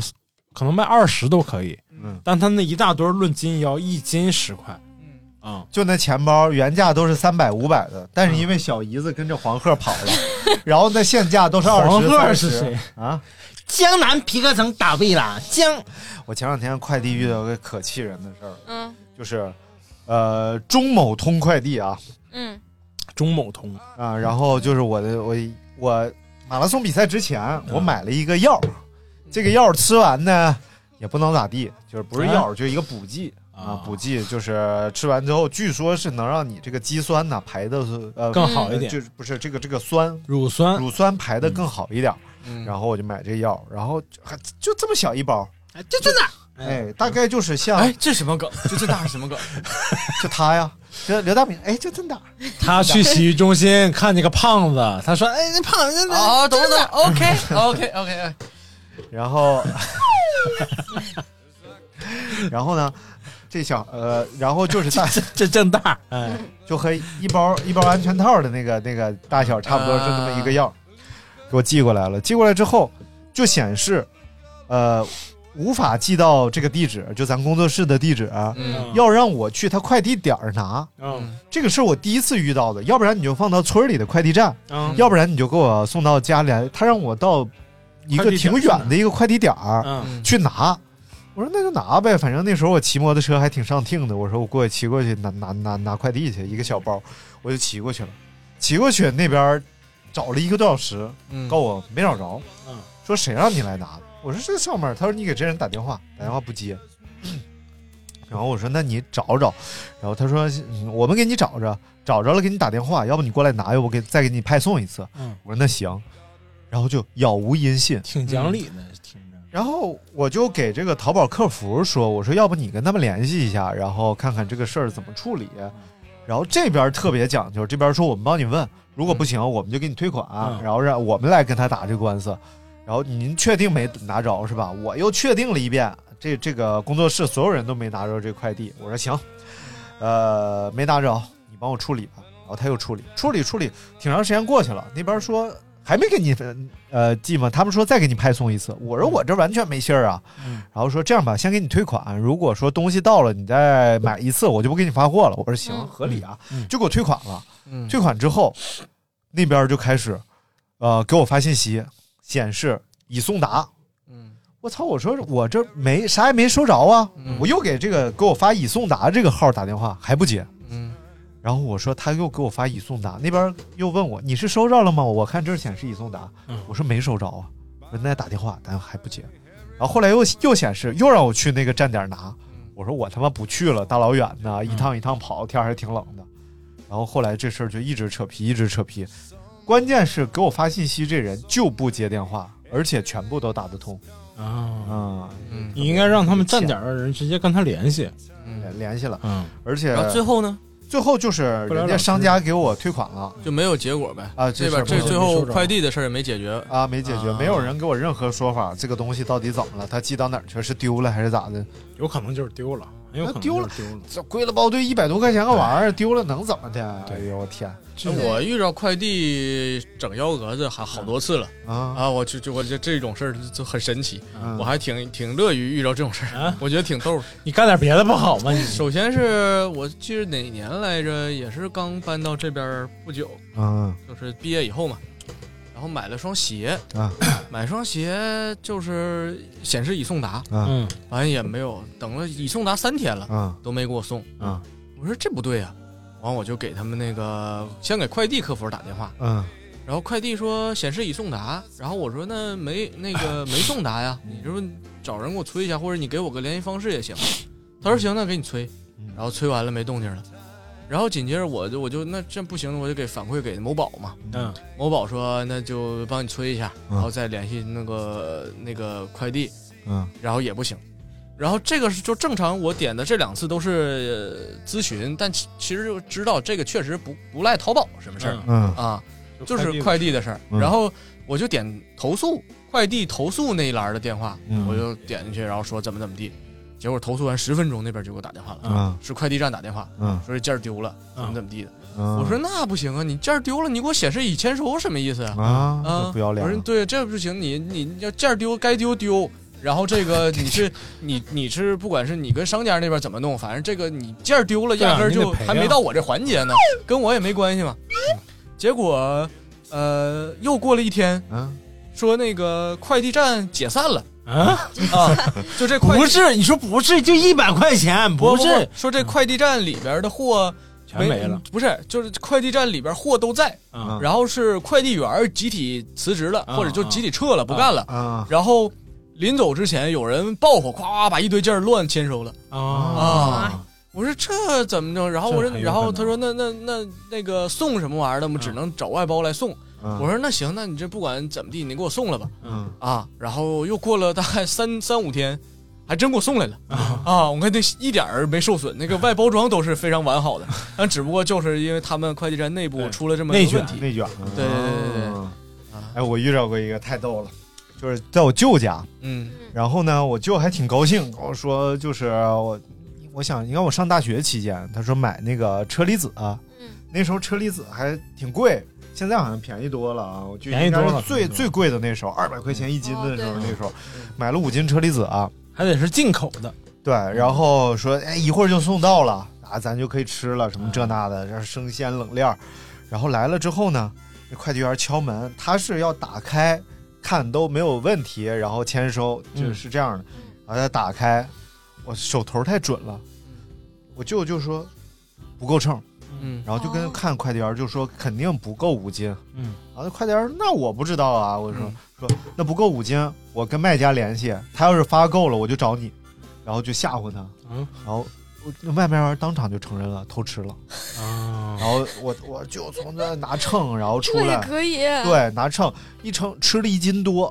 S3: 可能卖二十都可以，
S1: 嗯
S3: 但他那一大堆儿论斤腰，一斤十块。
S2: 嗯
S3: 嗯，
S1: 就那钱包原价都是三百五百的，但是因为小姨子跟着黄鹤跑 了，然后那现价都是二十。
S3: 黄鹤是
S1: 30
S3: 谁
S1: 啊？
S7: 江南皮革城倒闭了，江
S1: 我前两天快递遇到个可气人的事儿，
S4: 嗯
S1: 就是，呃，中某通快递啊，
S4: 嗯
S3: 中某通
S1: 啊，然后就是我的我我马拉松比赛之前，
S3: 嗯
S1: 我买了一个药，这个药吃完呢也不能咋地，就是不是药，
S3: 哎
S1: 就是一个补剂啊，补剂就是吃完之后，据说是能让你这个肌酸呢排的是呃
S3: 更好一点啊
S2: 嗯
S1: 就是不是这个这个酸
S3: 乳酸
S1: 乳酸排的更好一点，
S2: 嗯
S1: 然后我就买这药，然后还就这么小一包，
S7: 这真的
S1: 哎，大概就是像
S2: 哎，这什么梗？就这大是什么梗？
S1: 就他呀，这刘大明，哎，就真的。
S3: 他去洗浴中心看见个胖子，他说：“哎，那胖子，那
S2: 哦，懂了懂了，OK OK OK，
S1: 然后， 然后呢，这小呃，然后就是大
S2: 啊
S1: 这
S3: 这正大，
S1: 哎，就和一包一包安全套的那个那个大小差不多，就那么一个样儿，给我寄过来了。寄过来之后就显示，呃，无法寄到这个地址，就咱工作室的地址啊、
S2: 嗯
S1: 要让我去他快递点儿拿。
S3: 嗯
S1: 这个是我第一次遇到的，要不然你就放到村里的快递站，
S3: 嗯
S1: 要不然你就给我送到家里来。他让我到一个
S3: 快递
S1: 挺
S3: 点
S1: 远的一个快递点儿、
S3: 嗯
S1: 去拿。我说那就拿呗，反正那时候我骑摩托车还挺上听的。我说我过去骑过去拿拿拿拿快递去，一个小包，我就骑过去了。骑过去那边儿找了一个多小时，
S2: 嗯
S1: 告我没找着，
S3: 嗯
S1: 说谁让你来拿的？我说这上面儿，他说你给这人打电话，打电话不接。 然后我说那你找找，然后他说、嗯我们给你找着，找着了给你打电话，要不你过来拿，要不给再给你派送一次。
S3: 嗯
S1: 我说那行，然后就杳无音信，
S3: 挺讲理的，听着。
S1: 然后我就给这个淘宝客服说，我说要不你跟他们联系一下，然后看看这个事儿怎么处理。然后这边特别讲究，这边说我们帮你问，如果不行我们就给你退款，
S3: 嗯
S1: 然后让我们来跟他打这个官司。然后您确定没拿着是吧？我又确定了一遍，这这个工作室所有人都没拿着这快递。我说行，呃，没拿着，你帮我处理吧。然后他又处理，处理处理，挺长时间过去了，那边说还没给你呃寄吗？他们说再给你派送一次。我说我这完全没信儿啊。然后说这样吧，先给你退款，如果说东西到了你再买一次，我就不给你发货了。我说行，合理啊，就给我退款了。
S2: 嗯
S1: 退款之后，那边就开始呃给我发信息，显示已送达。我操！我说我这没啥也没收着啊，我又给这个给我发已送达这个号打电话还不接，
S2: 嗯，
S1: 然后我说他又给我发已送达，那边又问我你是收着了吗？我看这儿显示已送达，我说没收着啊，我说那打电话但还不接，然后后来又又显示又让我去那个站点拿，我说我他妈不去了，大老远的，一趟一趟跑，天还挺冷的，然后后来这事儿就一直扯皮，一直扯皮，关键是给我发信息这人就不接电话，而且全部都打得通。
S3: 啊，
S2: 嗯，
S3: 你应该让他们站点儿的人直接跟他联系，
S1: 联联系了，
S3: 嗯，
S1: 而且
S2: 然后最后呢，
S1: 最后就是人家商家给我退款了
S2: 就没有结果呗。
S1: 啊这
S2: 这边
S1: 事儿
S2: 这
S1: 没
S2: 最后
S1: 没收着
S2: 快递的事儿也没解决
S1: 啊，没解决，没有人给我任何说法，这个东西到底怎么了？他寄到哪儿去？是丢了还是咋的？
S3: 有可能就是丢了，很有可能
S1: 丢
S2: 啊
S3: 就
S1: 了
S3: 是丢了。
S1: 这归了包堆一百多块钱个玩意儿，丢了能怎么的？哎呦我天！
S2: 那我遇着快递整幺蛾子还好多次了
S1: 啊
S2: 我就就我这这种事儿就很神奇，
S1: 嗯
S2: 我还挺挺乐于遇到这种事儿，我觉得挺逗的。
S3: 你干点别的不好 吗？你
S2: 首先是我记得哪年来着，呃也是刚搬到这边儿不久，
S1: 嗯
S2: 就是毕业以后嘛，然后买了双鞋，
S1: 啊
S2: 买双鞋就是显示已送达，
S1: 啊
S3: 嗯
S2: 完了也没有，等了已送达三天了，
S1: 啊
S2: 都没给我送。
S1: 啊
S2: 我说这不对呀、啊完我就给他们那个先给快递客服打电话，
S1: 嗯
S2: 然后快递说显示已送达，然后我说那没那个没送达呀，你这不找人给我催一下，或者你给我个联系方式也行。他说行，那给你催，然后催完了没动静了，然后紧接着我就我就那这不行，我就给反馈给某宝嘛，
S3: 嗯
S2: 某宝说那就帮你催一下，
S1: 嗯
S2: 然 后再联系那个那个快递，
S1: 嗯
S2: 然后也不行。然后这个是就正常，我点的这两次都是呃咨询，但其其实就知道这个确实不不赖淘宝什么事儿、
S1: 嗯
S2: 啊，就是快递的事儿。
S1: 嗯
S2: 然后我就点投诉快递投诉那一栏的电话，
S1: 嗯
S2: 我就点进去，然后说怎么怎么地，结果投诉完十分钟那边就给我打电话了，
S1: 嗯
S2: 是快递站打电话，
S1: 嗯
S2: 说这件儿丢了，怎么怎么地的。
S1: 嗯
S2: 我说那不行啊，你件儿丢了，你给我显示已签收什么意思啊？
S1: 啊
S2: 啊，
S1: 不要脸
S2: 我说对，这不行，你你要件儿丢该丢丢，然后这个你 是你你是不管是你跟商家那边怎么弄，反正这个你件儿丢了，
S3: 对啊
S2: 压根儿
S3: 你得
S2: 就
S3: 赔啊
S2: 还没到我这环节呢，跟我也没关系嘛。结果呃，又过了一天，
S1: 嗯
S2: 说那个快递站解散了。
S3: 啊
S2: 啊！ 就这 快递
S7: 不是，你说不是，就一百块钱，
S2: 不
S7: 是。
S2: 说这快递站里边的货
S3: 全没了，
S2: 不是就是快递站里边货都在，
S3: 嗯
S2: 然后是快递员集体辞职了，
S3: 嗯
S2: 或者就集体撤了，不干了，
S1: 啊
S2: 然后临走之前有人爆火，夸把一堆件儿乱签收了
S3: 啊！
S2: 哎我说这怎么弄？然后我
S3: 这
S2: 说
S3: 很，有
S2: 然后
S3: 可能
S2: 他说那那那那个送什么玩意儿的，我们只能找外包来送。
S1: 嗯
S2: 我说那行，那你这不管怎么地，你给我送了吧。
S1: 嗯
S2: 啊，然后又过了大概三三五天，还真给我送来了
S3: 嗯
S2: 啊我看那一点儿没受损，那个外包装都是非常完好的，但只不过就是因为他们快递站内部出了这么一
S1: 内
S2: 个问
S1: 卷
S2: 题，
S1: 内卷，
S2: 对对对对对，
S1: 嗯哎，我遇到过一个太逗了，就是在我舅家，
S2: 嗯
S1: 然后呢，我舅还挺高兴，跟我说就是我，我想你看我上大学期间，他说买那个车厘子、啊，
S3: 嗯
S1: 那时候车厘子还挺贵，现在好像便宜多了啊，我就
S3: 便宜多了
S1: 应该是最
S3: 便宜
S2: 嗯
S3: 多了
S1: 最贵的那时候，二百块钱一斤的时候，
S3: 哦对
S1: 那时候买了五斤车厘子啊，
S3: 还得是进口的，
S1: 对，然后说哎一会儿就送到了啊，咱就可以吃了，什么这那的，这生鲜冷链儿，然后来了之后呢，那快递员敲门，他是要打开看都没有问题，然后签收，就是这样的，然后再打开，我手头太准了，我舅就说不够秤，
S2: 嗯，
S1: 然后就跟看快递员就说肯定不够五斤，
S3: 嗯，
S1: 然后那快递员说那我不知道啊，我说、说那不够五斤，我跟卖家联系，他要是发够了我就找你，然后就吓唬他，
S3: 嗯，
S1: 然后我那卖家员当场就承认了偷吃了，
S3: 啊，
S1: 然后我我就从那拿秤，然后出
S4: 这也
S1: 来，
S4: 可以啊
S1: 对，拿秤一称吃了一斤多，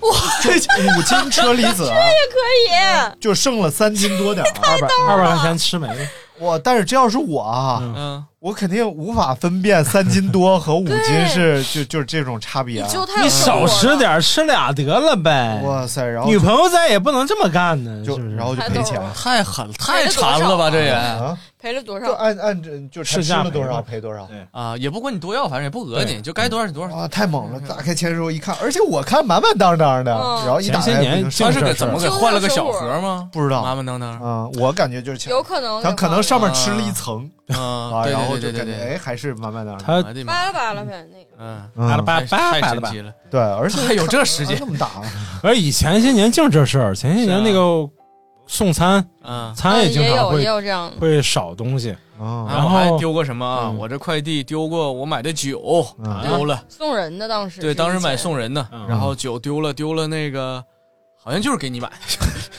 S1: 哇，这五斤车厘子啊
S4: 这也可以。
S1: 就剩了三斤多点 儿，二百
S3: 二百块钱吃没了，
S1: 我但是这要是我啊，
S3: 嗯
S1: 我肯定无法分辨三斤多和五斤是就就是这种差别、啊。
S4: 就太
S3: 你少吃点儿，吃俩得了呗。
S1: 哇塞，然后
S3: 女朋友在也不能这么干呢，就
S1: 然后就赔钱，
S2: 太狠了，
S4: 太馋了吧这也
S1: 啊，
S4: 赔了多
S1: 就
S4: 少？
S1: 按按这就
S3: 市
S1: 吃
S3: 价
S1: 了多少
S3: 赔
S1: 赔多少。
S2: 啊，也不管你多要，反正也不讹你，就该多少是嗯多少。
S1: 哇，太猛了！打开签收一看，而且我看满满当当的，
S4: 嗯
S1: 然后一打
S3: 前些
S1: 开
S3: 年
S1: 不就
S2: 他
S1: 剩
S2: 是
S1: 这
S2: 给
S1: 事
S2: 怎
S1: 儿
S2: 么给
S1: 了
S2: 换了个小盒吗？
S1: 不知道
S2: 麻烦当当
S1: 啊，我感觉就是钱
S4: 有可能
S1: 他可能上面
S2: 啊
S1: 吃了一层
S2: 啊
S1: 啊，
S2: 对
S1: 然
S2: 对
S1: 后就
S2: 对对
S1: 感觉
S2: 对，
S1: 哎还是满满当当。
S3: 他
S2: 哎呀妈
S4: 扒拉扒拉呗，那个
S2: 嗯，
S3: 扒拉
S1: 嗯，
S3: 扒扒
S2: 太
S3: 拉
S2: 神
S3: 扒
S2: 奇。了，
S1: 对，而且啊
S2: 还有这时间
S1: 那么大，
S3: 而以前些年净这事儿，前些年那个送餐
S2: 嗯。
S3: 餐
S4: 嗯
S3: 经
S4: 也
S3: 常
S4: 有也
S3: 会
S4: 有这样的。
S3: 会少东西，
S1: 嗯
S2: 啊，
S3: 然
S2: 我
S3: 后
S2: 还丢过什么啊？
S3: 嗯
S2: 我这快递丢过，我买的酒
S1: 嗯
S2: 啊丢了，
S4: 送人的当时
S2: 对，
S4: 是
S2: 当时
S4: 以
S2: 买
S4: 前
S2: 送人的，
S3: 嗯
S2: 然后酒丢了，丢了那个，好像就是给你买，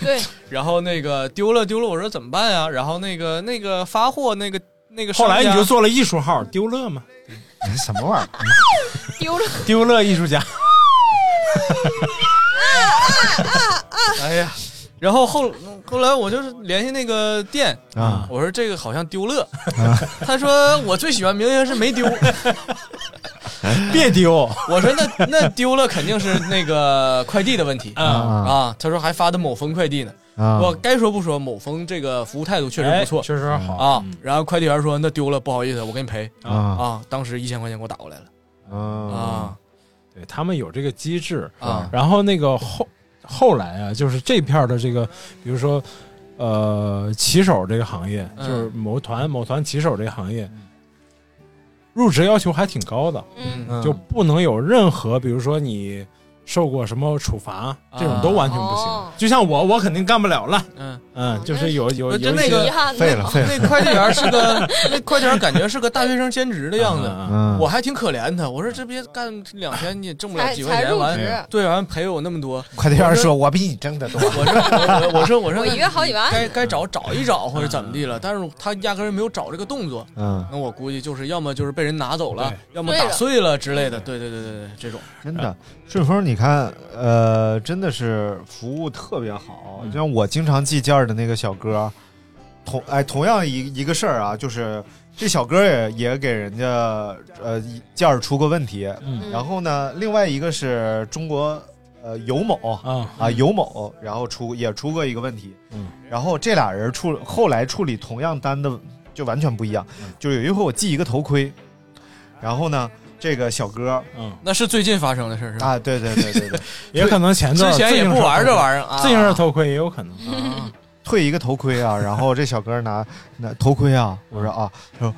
S4: 对，
S2: 然后那个丢了丢了，我说怎么办呀？然后那个那个发货那个那个商
S3: 后
S2: 家，
S3: 来你就做了艺术号，丢乐 嘛，
S1: 什么玩意儿？
S4: 丢了
S3: 丢乐艺术家，
S2: 哎呀，然后后后来我就是联系那个店
S1: 啊
S2: 我说这个好像丢了，他说我最喜欢明星是 没丢，哎
S3: 别丢
S2: 我说那那丢了肯定是那个快递的问题
S1: 嗯
S3: 啊！
S2: 啊，他说还发的某峰快递呢，
S1: 啊
S2: 我该说不说，某峰这个服务态度确实
S3: 哎
S2: 不错，
S3: 确实好
S2: 啊。然后快递员说：“那丢了，不好意思，我给你赔
S1: 啊
S2: 啊。”当时一千块钱给我打过来了
S1: 啊
S2: 啊
S3: 对他们有这个机制，
S2: 啊
S3: 然后那个后后来啊，就是这片儿的这个，比如说呃，骑手这个行业，就
S2: 嗯
S3: 是某团某团骑手这个行业，入职要求还挺高的，
S4: 嗯
S3: 就不能有任何，比如说你受过什么处罚，
S2: 啊
S3: 这种都完全不行
S4: 哦。
S3: 就像我，我肯定干不了了，
S2: 嗯，
S3: 嗯，就是有有有
S2: 那就
S3: 一
S2: 那
S3: 些
S2: 个
S4: 遗憾
S1: 废
S4: 的
S1: 了，废了，
S2: 那快递员是个那快递员，感觉是个大学生兼职的样子。
S3: 嗯
S1: 嗯，
S2: 我还挺可怜他，我说这别干两天你也挣不了
S4: 才
S2: 几块
S4: 才
S2: 钱，
S4: 入
S2: 完
S4: 职，
S2: 对，完赔我那么多。
S1: 快递员说：“我比你挣的多。
S2: 我说我我说我说
S4: 我一个好几万
S2: 该该找找一找或者怎么地了，但是他压根儿没有找这个动作。”
S1: 嗯，
S2: 那我估计就是要么就是被人拿走了
S3: 对，
S2: 要么
S4: 碎
S2: 打
S4: 了
S2: 碎了之类的。对对对对对，这种
S1: 真的，嗯顺丰你看，呃，真的是服务特别好。就像我经常寄件儿的那个小哥，同哎同样一一个事儿啊，就是这小哥也也给人家呃一件儿出过问题。
S3: 嗯
S1: 然后呢，另外一个是中国呃尤某
S3: 啊
S1: 啊尤某，然后出也出过一个问题。
S3: 嗯，
S1: 然后这俩人处后来处理
S3: 嗯
S1: 同样单的就完全不一样。就是有一回我寄一个头盔，然后呢，这个小哥，
S3: 嗯，，
S2: 那是最近发生的事儿是吧？
S1: 啊，对对对对对
S3: 也可能前段
S2: 之前也不玩这玩意儿啊
S3: 自行车头盔也有可能。
S1: 退一个头盔啊，然后这小哥拿拿头盔啊，我
S3: 嗯
S1: 说啊，他说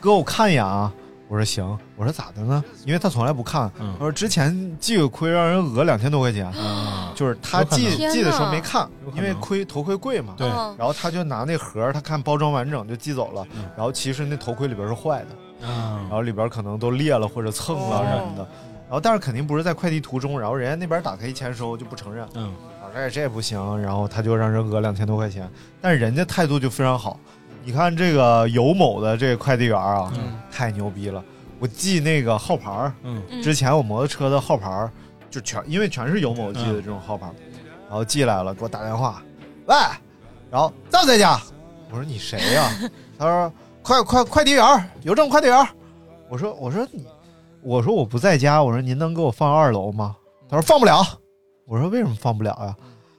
S1: 哥我看一眼啊，我说行，我说咋的呢？因为他从来不看，
S3: 嗯
S1: 我说之前记个亏让人讹两千多块钱，
S2: 嗯
S1: 就是他
S3: 有可能
S1: 记
S3: 天哪
S1: 记的时候没看
S3: 有，可
S1: 因
S3: 能
S1: 为亏头盔贵
S4: 嗯
S1: 嘛，
S3: 对
S1: 然后他就拿那盒儿，他看包装完整就寄走了，然后其实那头盔里边是坏的，
S3: 嗯
S1: 然后里边可能都裂了或者蹭了什么的。然后，但是肯定不是在快递途中，然后人家那边打开一签收就不承认，
S3: 嗯，
S1: 啊，这这也不行，然后他就让人讹两千多块钱，但是人家态度就非常好。你看这个尤某的这个快递员啊，太牛逼了！我记那个号牌儿，
S3: 嗯
S1: 之前我摩托车的号牌儿就全，因为全是尤某记的这种号牌儿，然后寄来了，给我打电话，喂，然后在不在家？我说你谁呀、他说快快快递员儿，邮政快递员儿。我说我说你，我说我不在家，我说您能给我放二楼吗？他说放不了。我说为什么放不了呀、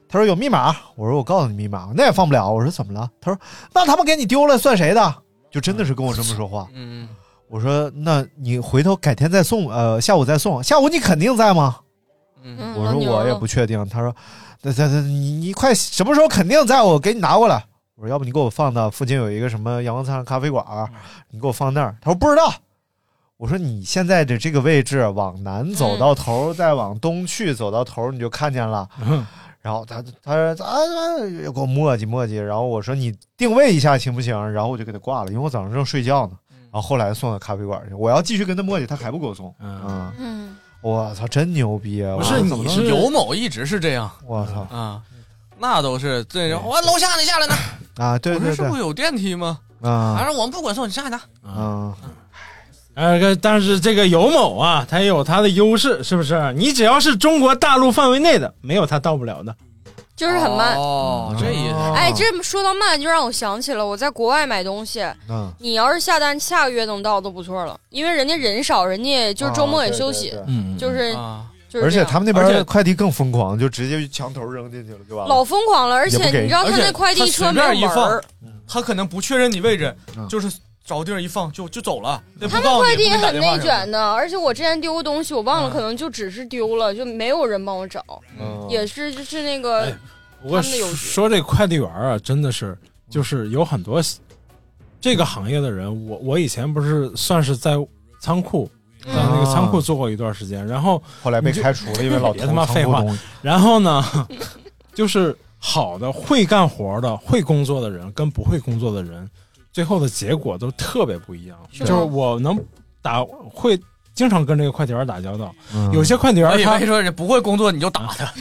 S1: 他说有密码。我说我告诉你密码，那也放不了。我说怎么了？他说那他们给你丢了算谁的？就真的是跟我这么说话。
S2: 嗯，
S1: 我说那你回头改天再送，呃，下午再送。下午你肯定在吗？
S4: 嗯
S1: 我说我也不确定。他说，那那那你你快什么时候肯定在我给你拿过来？我说要不你给我放到附近有一个什么阳光灿烂咖啡馆
S2: 嗯
S1: 儿，你给我放那儿。他说不知道。我说你现在的这个位置往南走到头，再往东去走到头，你就看见了。
S2: 嗯
S1: 然后他他说啊，又给我磨叽磨叽。然后我说你定位一下行不行？然后我就给他挂了，因为我早上正睡觉呢。
S2: 嗯
S1: 然后后来送到咖啡馆去，我要继续跟他磨叽，他还不给我送。嗯，
S4: 嗯，
S1: 我操，真牛逼啊！
S2: 不是
S1: 我怎么
S2: 你
S1: 能
S2: 是尤某一直是这样
S1: 我操
S2: 啊，那都是这人我楼下你下来拿，
S1: 啊！对
S2: 我说
S1: 对
S2: 是
S1: 对
S2: 不是，有电梯吗？
S1: 啊
S2: 他说我们不管送，你下来拿。
S1: 嗯，
S3: 呃，但是这个尤某啊，他也有他的优势，是不是？你只要是中国大陆范围内的，没有他到不了的。
S4: 就是很慢。
S2: 哦，这意思。
S4: 哎，这么说到慢，就让我想起了我在国外买东西。
S1: 嗯，
S4: 你要是下单下个月能到都不错了，因为人家人少，人家也就是周末也休息，
S1: 啊对对对
S3: 嗯
S4: 就是、就是
S1: 而且
S4: 这样
S1: 他们那
S4: 而且
S1: 边快递更疯狂，就直接墙头扔进去了，就完了。
S4: 老疯狂了，而且
S1: 也不给
S4: 你知道他那快递车没有
S2: 而且他随便一
S4: 门儿
S2: 放，他可能不确认你位置，
S3: 嗯
S2: 就是找地儿一放就就走了。那不告诉
S4: 快
S2: 你
S4: 递也
S2: 不给你打电话什
S4: 很内
S2: 么的嗯
S4: 卷的，而且我之前丢过东西，我忘了，可能就只是丢了，就没有人帮我找，
S1: 嗯
S4: 也是就是那个
S2: 哎
S3: 不过
S4: 他们有
S3: 说说这快递员啊，真的是就是有很多这个行业的人，我我以前不是算是在仓库。
S4: 嗯
S2: 嗯
S3: 在那个仓库做过一段时间，然后
S1: 啊后来被开除了因为老
S3: 别
S1: 偷
S3: 他妈
S1: 仓
S3: 废
S1: 库
S3: 话
S1: 东西。
S3: 然后呢， 就是好的会干活的、会工作的人跟不会工作的人，最后的结果都特别不一样。就
S2: 是吗
S3: 是我能打会经常跟这个快递员打交道，
S1: 嗯
S3: 有些快递
S2: 我
S3: 员
S2: 以
S3: 他
S2: 为说人不会工作你就打他，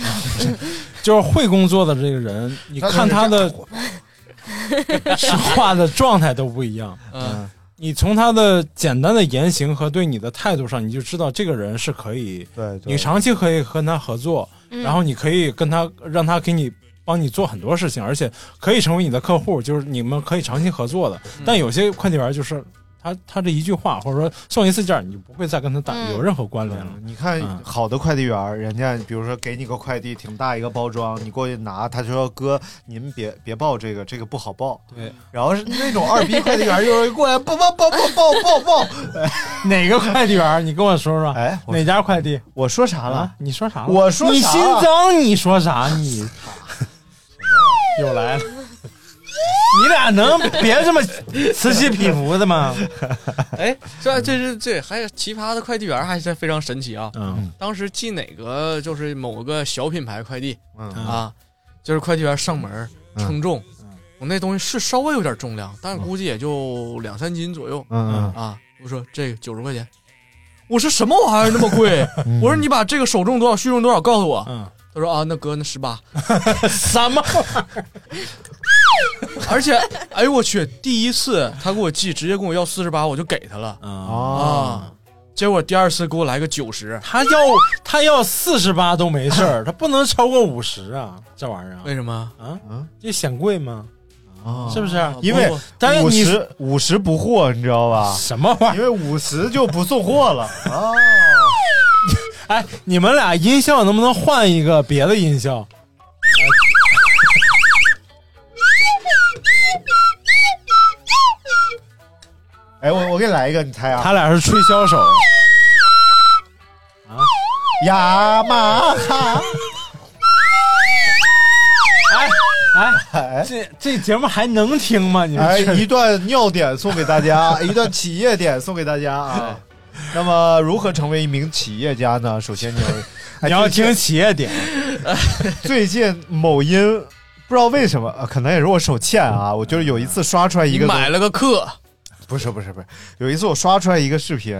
S3: 就是会工作的这个人，你
S2: 他
S3: 看
S2: 就是
S3: 他
S2: 这
S3: 的说话的状态都不一样。
S2: 嗯，
S3: 你从他的简单的言行和对你的态度上，你就知道这个人是可以，
S1: 对
S3: 你长期可以和他合作，
S4: 嗯
S3: 然后你可以跟他让他给你帮你做很多事情，而且可以成为你的客户，就是你们可以长期合作的。但有些快递员就是他他这一句话，或者说送一次件儿，你就不会再跟他打有任何关联了。
S1: 你看
S3: 嗯
S1: 好的快递员，人家比如说给你个快递，挺大一个包装，你过去拿，他就说哥，您别别报这个，这个不好报。
S3: 对，
S1: 然后是那种二逼快递员就是过来报报报报报报报，
S3: 哪个快递员？你跟我说说，
S1: 哎，
S3: 哪家快递？
S1: 我说啥
S3: 了？你说啥了？
S1: 我说
S3: 啊你
S1: 啥
S3: 心
S1: 了
S3: 脏，你说啥？你 又来了。你俩能别这么此起彼伏的吗？
S2: 哎，这这是这还有奇葩的快递员还是非常神奇啊。
S3: 嗯，
S2: 当时寄哪个就是某个小品牌快递，
S1: 嗯
S2: 啊，就是快递员上门儿称重，我那东西是稍微有点重量，但是估计也就两三斤左右，
S1: 嗯嗯
S2: 啊，我说这个九十块钱，我说什么玩意儿那么贵？我说你把这个首重多少，续重多少告诉我。他说啊，那哥那十八，什么？ 而且，哎呦我去，第一次他给我寄，直接跟我要四十八，我就给他
S3: 嗯
S2: 了。
S3: 哦
S1: 哦
S2: 啊，结果第二次给我来个九十，
S3: 他要他要四十八都没事儿，他不能超过五十啊，这玩意儿啊
S2: 为什么
S3: 啊？这显贵吗？
S1: 啊
S3: 是不是？
S1: 因为
S3: 但是
S1: 五
S3: 你
S1: 十五十不货，你知 道吧？
S3: 什么玩意
S1: 因为五十就不送货了。哦，
S3: 哎，你们俩音效能不能换一个别的音效？
S1: 哎，我我给你来一个，你猜啊？啊
S3: 他俩是吹箫手，
S1: 雅马哈。
S3: 哎，这这节目还能听吗？你
S1: 哎
S3: 们，
S1: 一段尿点送给大家， 一段企业点送给大 家啊。那么，如何成为一名企业家呢？首先你 要，哎
S3: 你要听企业点。
S1: 最近某音不知道为什么，呃可能也是我手欠
S3: 嗯
S1: 啊，我就是有一次刷出来一个
S2: 你买了
S1: 个课，不是不是不是，有一次我刷出来一个视频，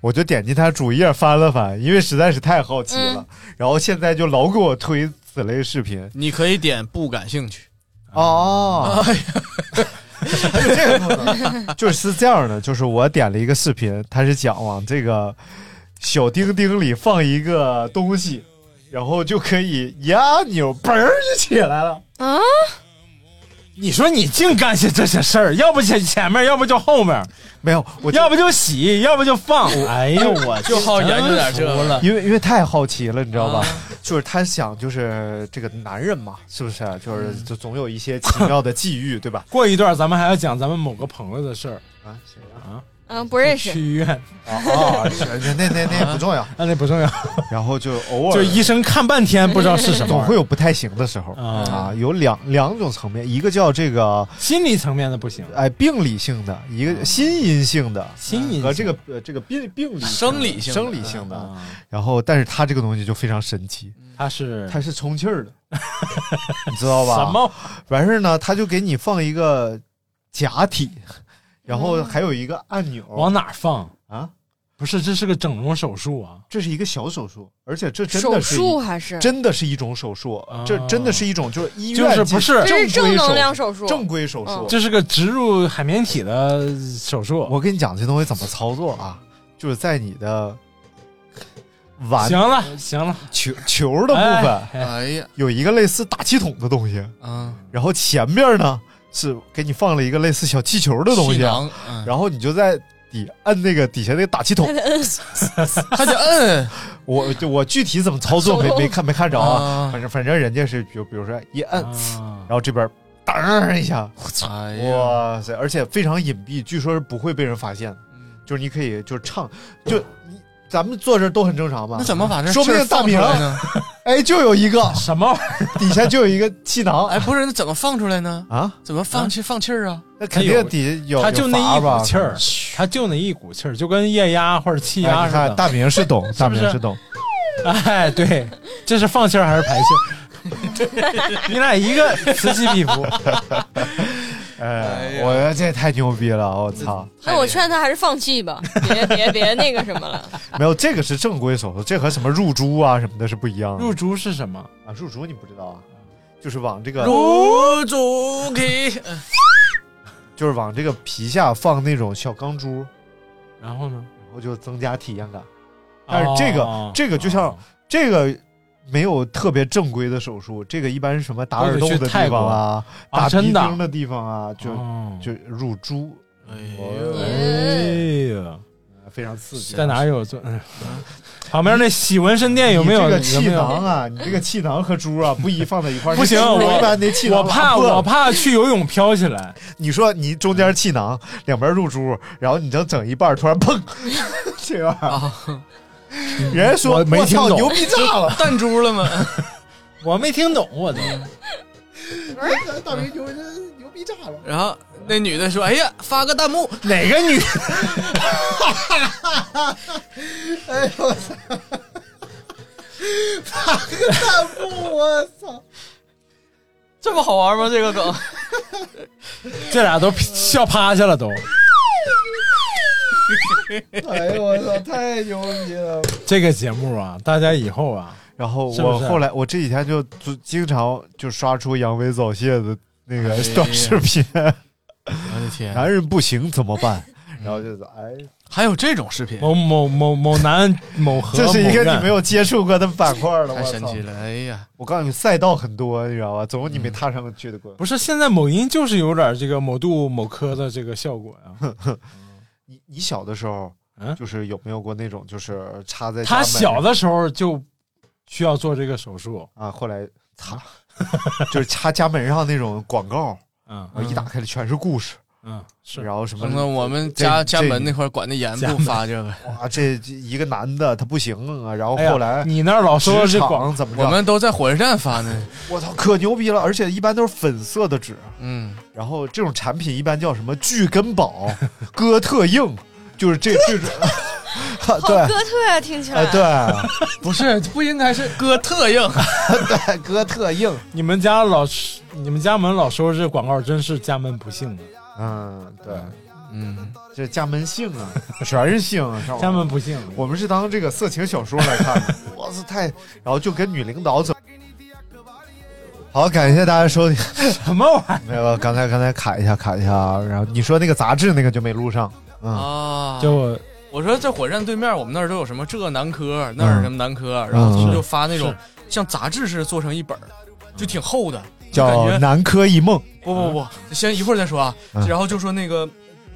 S1: 我就点进它主页翻了翻，因为实在是太好奇了，
S3: 嗯
S1: 然后现在就老给我推此类视频。
S2: 你可以点不感兴趣。
S1: 哦， 还有这个功能，就是这样的，就是我点了一个视频，它是讲往这个小钉钉里放一个东西，然后就可以一按钮，嘣儿就起来了。
S4: 啊，
S3: 你说你净干些这些事儿，要不前前面，要不就后面，
S1: 没有，我
S3: 要不就洗，要不就放。哎呦我
S6: 就好研究点这
S3: 真服了。
S1: 因为因为太好奇了，你知道吧？就是他想，就是这个男人嘛，是不是？就是就总有一些奇妙的际遇，对 吧？
S3: 过一段咱们还要讲咱们某个朋友的事儿
S1: 啊，谁
S3: 啊？
S4: 嗯，不认识。
S3: 去医院
S1: 啊啊，是那那那不重要，
S3: 那那不重要。
S1: 然后就偶尔
S3: 就医生看半天不知道是什么
S1: 总会有不太行的时候
S3: 啊
S1: 啊。有两两种层面，一个叫这个
S3: 心理层面的不行，
S1: 哎病理性的，一个心因性的，
S3: 啊心因
S1: 和这个呃这个病病理
S2: 生理性的啊
S1: 生理性的。然后，但是它这个东西就非常神奇，
S3: 他是
S1: 它是充气 儿的，你知道吧？
S3: 什么？
S1: 完事儿呢，他就给你放一个假体，然后还有一个按钮，
S3: 哦往哪儿放
S1: 啊？
S3: 不是，这是个整容手术啊！
S1: 这是一个小手术，而且这真
S4: 手
S1: 的是一
S4: 术还是
S1: 真的是一种手术，这真的是一种就是医
S3: 哦就
S1: 院
S3: 是不是
S4: 这是
S1: 正规
S4: 正能量手术嗯
S1: 正规手术，
S3: 这是个植入海绵体的手术。
S1: 我跟你讲这东西怎么操作 啊？就是在你的碗
S3: 行了行了，
S1: 球球的部分，
S3: 哎
S2: 哎呀，
S1: 有一个类似大气筒的东西，
S2: 啊，
S1: 然后前面呢是给你放了一个类似小气球的东
S2: 气
S1: 西啊
S2: 囊，
S3: 啊
S2: 嗯
S1: 然后你就在底摁那个底下那个打气
S3: 哎
S1: 筒，
S2: 他得摁，
S1: 我就我具体怎么 操作没
S2: 手动
S1: 没看没看着啊
S2: 啊，
S1: 反正反正人家是比如比如说一
S3: 啊
S1: 摁，
S2: 嗯
S3: 然
S1: 后这边当一下，
S2: 哎呀，
S1: 哇塞，而且非常隐蔽，据说是不会被人发现的，
S2: 嗯
S1: 就是你可以就是唱，就你咱们坐这儿都很正常吧？
S2: 那怎么把这
S1: 说不定
S2: 气儿
S1: 大
S2: 放
S1: 明
S2: 出来呢？
S1: 哎就有一个
S3: 什么玩意儿
S1: 底下就有一个气囊，
S2: 哎，不是，那怎么放出来呢？
S1: 啊，
S2: 怎么放气放气儿啊？
S1: 那肯定底下有
S3: 他就那
S1: 有
S3: 一
S1: 阀吧
S3: 股气儿，他就那一股气儿，就跟液压或者气压
S1: 哎
S3: 似
S1: 你
S3: 的。
S1: 看大明 是懂，大明
S3: 是不是
S1: 是懂，
S3: 哎，对，这是放气儿还是排气 儿？你俩一个此起彼伏。
S1: 哎，我这太牛逼了，我操！
S4: 那我劝他还是放弃吧，别别别那个什 么了。
S1: 没有，这个是正规手术，这和什么入珠啊什么的是不一样 的。
S3: 入珠是什么？
S1: 啊，入珠你不知道啊？就是往这个，
S2: 入主体，
S1: 就是往这个皮下放那种小钢珠，
S3: 然后呢？
S1: 然后就增加体验感。但是这个、
S3: 哦
S1: 这个就像、这个没有特别正规的手术，这个一般是什么打耳洞
S3: 都得
S1: 的地方啊，
S3: 去泰国啊
S1: 打鼻
S3: 真的啊哎
S1: 钉的地方啊，就、
S3: 哦
S1: 就入珠，哎
S3: 哎呀，
S1: 非常刺激。啊
S3: 在哪儿有做？哎呀旁边那洗纹身店有没有？
S1: 你这个
S3: 有
S1: 气
S3: 没有
S1: 囊啊，你这个气囊和珠啊不宜放在一块儿。
S3: 不行，
S1: 你这珠
S3: 我
S1: 一般那气囊
S3: 我怕
S1: 拉破了
S3: 我怕去游泳飘起来，
S1: 你说你中间气囊，两边入珠，然后你能整一半，突然砰，这样，人家说
S3: 我没
S1: 我
S3: 听
S1: 操
S3: 懂
S1: 牛逼炸 了，
S2: 弹珠了吗？
S3: 我没听懂，我都
S1: 大明牛牛逼炸了，
S2: 然后那女的说：“哎呀，发个弹幕，
S3: 哪个女？
S1: 哎呦我操，发个弹幕，我操，
S2: 这么好玩吗？这个梗，
S3: 这俩都笑趴下了都。
S1: 哎呦我操，太牛逼了。
S3: 这个节目啊，大家以后啊，
S1: 然后
S3: 是不
S1: 我
S3: 是
S1: 后来我这几天就就经常就刷出杨威早泄的那个短视频，
S2: 我的天
S1: 男人不行怎么办？然后就是哎，
S2: 还有这种视频，
S3: 某某某某男某和
S1: 这是一个
S3: 某
S1: 你
S3: 院
S1: 没有接触过的板块了，我
S2: 太
S1: 操
S2: 神奇了！哎呀，
S1: 我告诉你，赛道很多，你知道吧？总有你没踏上去的关。
S3: 不是现在某音就是有点这个某度某科的这个效果 呀、
S1: 你你小的时候，就是有没有过那种，就是插在家
S3: 他嗯
S1: 门
S3: 小的时候就需要做这个手术，
S1: 啊，后来擦，就是插家门上那种广告，
S3: 嗯
S1: 我一打开了全是故事，
S8: 嗯，是。
S1: 然后什么？
S3: 可能我们家
S1: 这
S3: 家门那块儿管得严，不发这个。
S1: 哇，这这一个男的他不行啊！然后
S3: 哎呀
S1: 后来
S3: 你那儿老说
S1: 职
S3: 这
S1: 场
S3: 广
S1: 怎么 着？
S3: 我们都在火车站发呢。
S1: 我操，可牛逼了！而且一般都是粉色的纸，
S3: 嗯。
S1: 然后这种产品一般叫什么聚根宝、哥特硬，就是这这种。
S4: 好
S1: 对，
S4: 哥特呀，听起来。啊
S1: 哎，对，
S3: 不是不应该是哥特硬，
S1: 对，哥特硬。
S8: 你们家老是，你们家门老说这广告，真是家门不幸的。
S1: 嗯，对，
S3: 嗯，
S1: 这家门幸啊， 全是幸啊，上网
S8: 家门不幸。
S1: 我们是当这个色情小说来看 的，哇塞，太，然后就跟女领导走。好，感谢大家收听。 什
S8: 么玩意儿？
S1: 没有，刚才刚才卡一下，卡一下啊。然后你说那个杂志那个就没录上，嗯，
S3: 啊，
S1: 就
S8: 我
S3: 我说在火车站对面，我们那儿都有什么这男科，那儿有什么男科，然后他们就发那种像杂志似的做成一本儿，就挺厚的，就感
S1: 叫
S3: 觉
S1: 《南柯一梦》。
S3: 不不
S8: 嗯
S3: 不，先一会儿再说啊。
S1: 嗯
S3: 然后就说那个，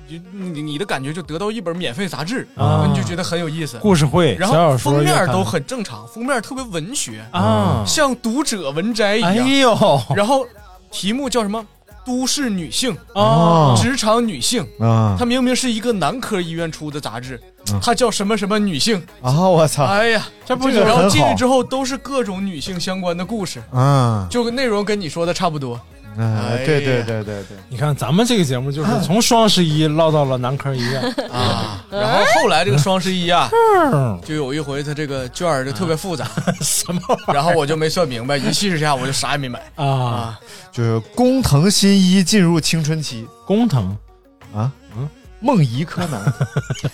S3: 你你你的感觉就得到一本免费杂志，
S8: 啊
S3: 你就觉得很有意思。
S8: 故事会
S3: 然
S8: 小
S3: 后
S8: 小说
S3: 封
S8: 月
S3: 面
S8: 刊
S3: 都很正常，封面特别文学
S8: 啊
S3: 像读者文摘一样。
S8: 哎呦，
S3: 然后题目叫什么？都市女性
S8: 哦
S3: 职场女性
S1: 啊
S3: 它明明是一个男科医院出的杂志
S1: 嗯，
S3: 它叫什么什么女性？
S1: 啊，我操！
S3: 哎呀，
S1: 这不
S3: 然后进去之
S1: 后，
S3: 后都是各种女性相关的故事，
S1: 嗯，
S3: 就内容跟你说的差不多。
S1: 嗯，
S3: 哎
S1: 对对
S3: 呀
S1: 对对对，
S8: 你看咱们这个节目就是从双十一唠到了男科医 院
S3: 啊，然后后来这个双十一啊，
S8: 嗯
S3: 就有一回他这个券儿就特别复杂，什么？然后我就没算明白，一气之下我就啥也没买。
S8: 啊，
S1: 就是工藤新一进入青春期，
S8: 工藤
S1: 啊，嗯，梦遗柯 南，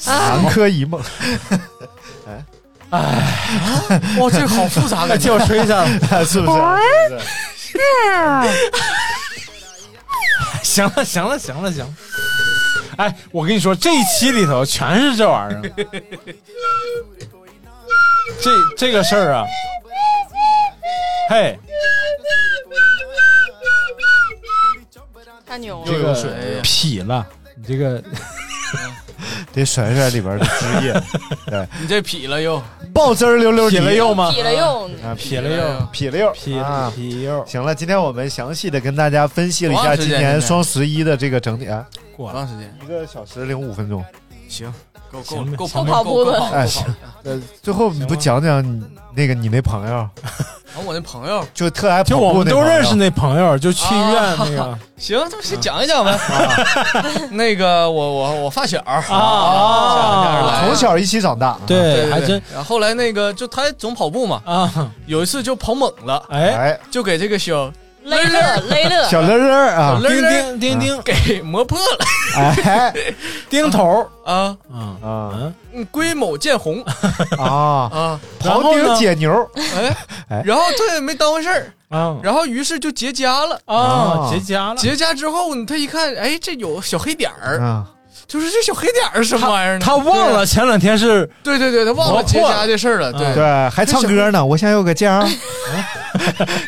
S3: 啊
S1: 南柯一梦， 哎，
S3: 哇，这好复杂感 觉，
S1: 叫吹一下子，是不是？
S8: 是。行了，行了，行了，行了。哎，我跟你说，这一期里头全是这玩意儿。啊 这这个事儿啊，嘿，
S4: 太牛了！
S8: 这个痞了，你这个
S1: 得甩甩里边的 汁液，对，
S3: 你这痞了又，
S1: 爆汁儿溜溜 滴，
S8: 痞了又吗
S4: 痞了又
S1: 啊，
S8: 痞了又
S1: 痞了又，
S8: 痞
S1: 啊
S8: 痞又
S1: 行了，今天我们详细的跟大家分析了一
S3: 多
S1: 下
S3: 长时
S1: 今
S3: 间
S1: 年
S3: 现在
S1: 双十一的这个整体，啊，
S8: 过
S3: 多
S8: 了
S3: 长时间？
S1: 一个小时零五分钟。
S3: 行，够够
S8: 行呗
S3: 够
S8: 行
S3: 跑
S8: 呗
S3: 够够够跑
S1: 哎，
S3: 够
S1: 行
S3: 跑。，
S1: 呃，最后你不讲讲你那个你那朋友，
S3: 然后啊我那朋友
S1: 就特爱
S8: 就
S1: 跑
S8: 我
S1: 步
S8: 们
S1: 那
S8: 都
S1: 朋友
S8: 认识那朋友，就去医院那
S3: 啊
S8: 个。 啊
S3: 行，这不先讲一讲呗。 那个我我我发小啊，
S8: 啊
S3: 讲一下来
S1: 从小一起长大，
S3: 啊对
S8: 对，
S3: 对
S8: 还
S3: 对
S8: 真
S3: 然后后来那个就他总跑步嘛，
S8: 啊，
S3: 有一次就跑猛了，啊
S8: 哎，
S1: 哎，
S3: 就给这个小
S4: 勒勒勒勒，
S1: 小乐乐啊，
S3: 勒
S8: 丁
S3: 勒
S8: 丁丁丁
S3: 给磨破了
S1: 哎，
S8: 丁头，
S3: 啊，
S8: 嗯
S1: 啊
S8: 嗯，
S3: 嗯归某见红
S1: 啊，
S3: 啊，
S8: 然
S1: 庖
S8: 后呢
S1: 丁解牛，哎
S3: 哎，然后他也没当回事儿，
S8: 啊
S3: 然后于是就结痂了。
S8: 啊
S1: 啊
S8: 结痂了，
S3: 结痂之后，呢，他一看，哎，这有小黑点儿，
S1: 啊，
S3: 就是这小黑点儿是什么玩意儿呢？
S8: 他忘了前两天是
S3: 对，对对对，他忘
S8: 磨
S3: 了结
S8: 破啊
S3: 痂这事儿了。对，
S1: 对，还唱歌呢，我想有 个家，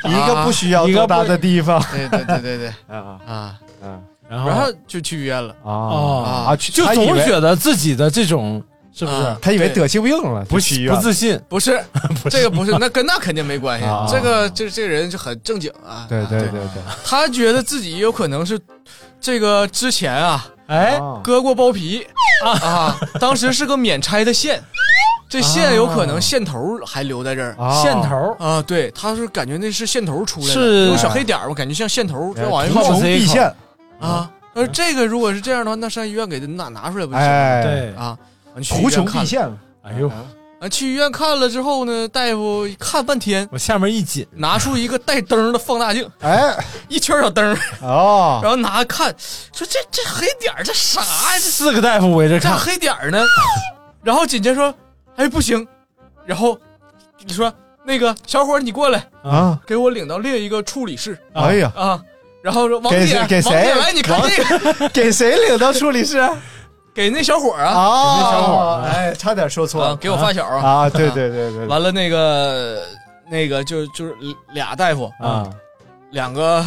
S1: 一个不需
S3: 啊
S1: 要多大的地方，
S3: 对对对对对
S1: 啊
S3: 啊，
S1: 啊
S8: 然
S3: 然
S8: 后
S3: 后就去医院了。
S1: 啊
S8: 哦
S1: 啊，
S8: 就
S1: 他以
S8: 总
S1: 为
S8: 觉得自己的这种是不是
S3: 啊
S1: 他以为
S3: 对
S1: 得性病了，
S8: 不
S1: 去医
S8: 不
S1: 院
S8: 自信？
S3: 不 是，这个不是，那跟那肯定没关系
S1: 啊。
S3: 这个这这人就很正经啊。
S1: 对对
S3: 啊
S1: 对对，
S3: 他觉得自己有可能是这个之前啊
S8: 哎，
S1: 啊
S3: 割过包皮啊，当时是个免拆的线，这线有可能线头还留在这儿。
S1: 啊
S8: 线头
S3: 啊，对，他是感觉那是线头出来的，
S8: 是
S3: 有个小黑点儿，我感觉像线头再往一
S8: 冒
S1: 哎图
S3: 放
S1: 穷匕见，
S3: 啊。而这个如果是这样的话，那上医院给他拿拿出来不就行了
S1: 哎，
S8: 对，
S3: 啊？完去医
S1: 图
S3: 院
S1: 穷
S3: 看
S1: 匕
S3: 了，
S1: 见了，
S8: 哎呦，
S3: 完啊去医院看了之后呢，大夫看半天，
S8: 我下面一紧，
S3: 拿出一个带灯的放大镜，
S1: 哎，
S3: 一圈小灯儿，
S1: 哦
S3: 然，后拿看，说这这黑点儿这啥呀？这
S8: 四个大夫围着
S3: 这
S8: 看，
S3: 黑点儿呢？然后紧接着说，哎不行，然后你说那个小伙儿你过来，
S1: 啊，
S3: 给我领到另一个处理室
S1: 哎呀，
S3: 啊。然后说王
S1: 给
S3: 姐，
S1: 谁给谁
S3: 王姐来，你看这个，
S8: 嗯
S1: 给谁领到处理室？
S3: 给啊那小伙儿啊，
S1: 啊，
S8: 小伙儿
S1: 哎，差点说错
S3: 啊
S1: 了
S3: 给我发小啊。
S1: 啊！对对对对，
S3: 完了那个那个就就是俩大夫，
S1: 啊
S3: 两个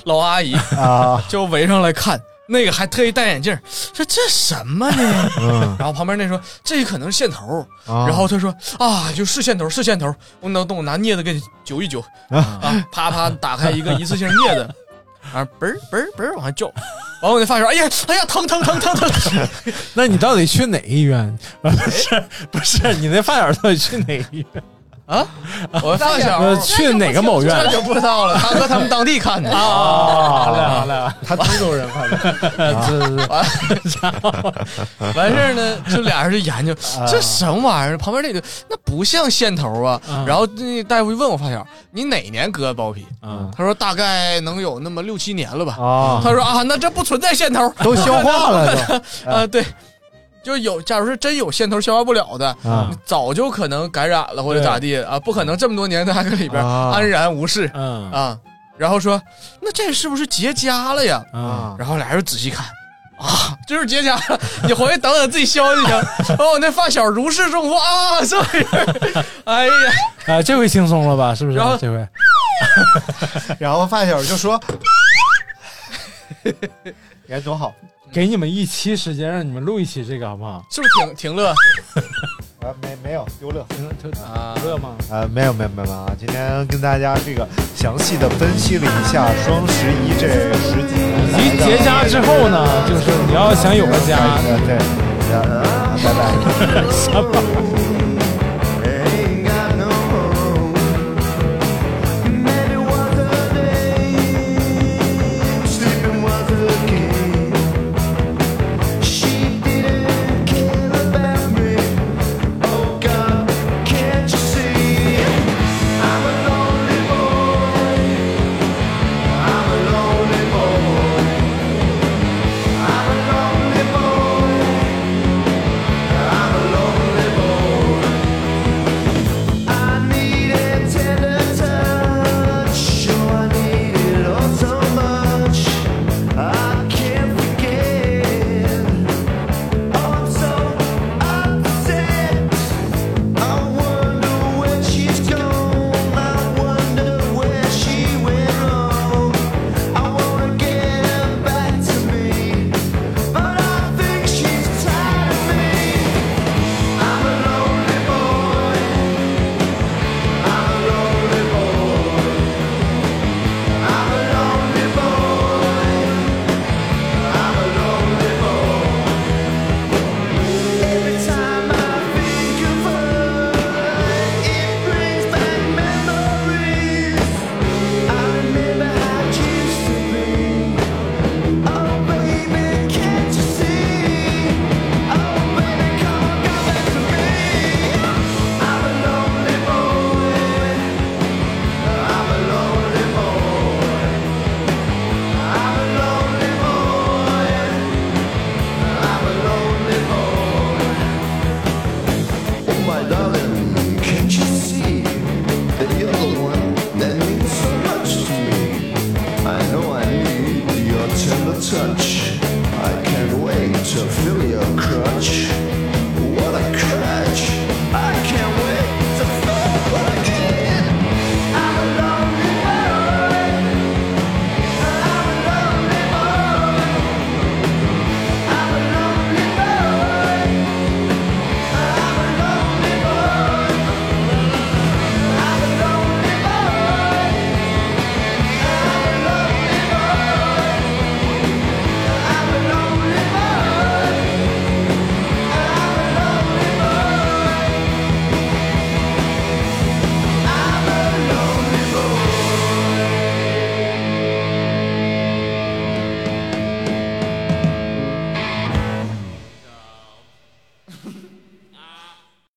S3: 老阿姨，
S1: 啊，
S3: 就围上来看，那个还特意戴眼镜，说这什么呢？
S1: 嗯，
S3: 然后旁边那说这可能是线头，
S1: 啊
S3: 然后他说啊，就是线头，是线头，我能动，我拿镊子给你揪一揪，啊，啪啪打开一个一次性镊子，啊，嘣儿嘣儿嘣儿往上叫，完我那发小，哎呀，哎呀，疼疼疼疼疼！
S4: 那你到底去哪医院？不是不是，你那发小到底去哪医院
S3: 啊？我发小
S4: 呃去哪个某院？
S3: 这 就不知道了，他哥他们当地看的
S4: 啊好嘞好嘞，他
S3: 通
S4: 州人，啊快点！
S3: 完完事儿呢，就俩人就研究
S4: 啊
S3: 这什么玩意儿，旁边那个那不像线头啊。然后那大夫就问我发小，你哪年割的包皮？
S4: 啊
S3: 他说大概能有那么六七年了吧。
S1: 啊
S3: 他说啊，那这不存在线头，
S1: 都消化了都
S3: 啊，对。就有，假如是真有线头消化不了的，
S1: 啊
S3: 你早就可能感染了或者咋地啊，不可能这么多年在那个里边
S1: 啊
S3: 安然无事
S4: 嗯
S3: 啊。然后说，那这是不是结痂了呀？
S4: 啊，
S3: 然后俩人仔细看，啊，就是结痂了。你回去等等自己消就行。然后我那发小如释重负啊，这玩意儿，哎呀，
S4: 啊，这回轻松了吧？是不是
S3: 然后？
S4: 这回
S1: 然后发小 就说：“你看多好，
S4: 给你们一期时间，让你们录一期这个好不好？
S3: 是不是挺挺乐？
S1: 啊，没没有丢乐，
S3: 啊，
S4: 嗯乐吗？
S1: 呃，没有没有没有啊，今天跟大家这个详细的分析了一下双十一这十几年来
S4: 离
S1: 的
S4: 结痂之后呢，就是你要想有个家，
S1: 呃对，呃拜拜。
S4: 什么？
S1: Oh,
S2: Touch. I can't wait to feel your crutch.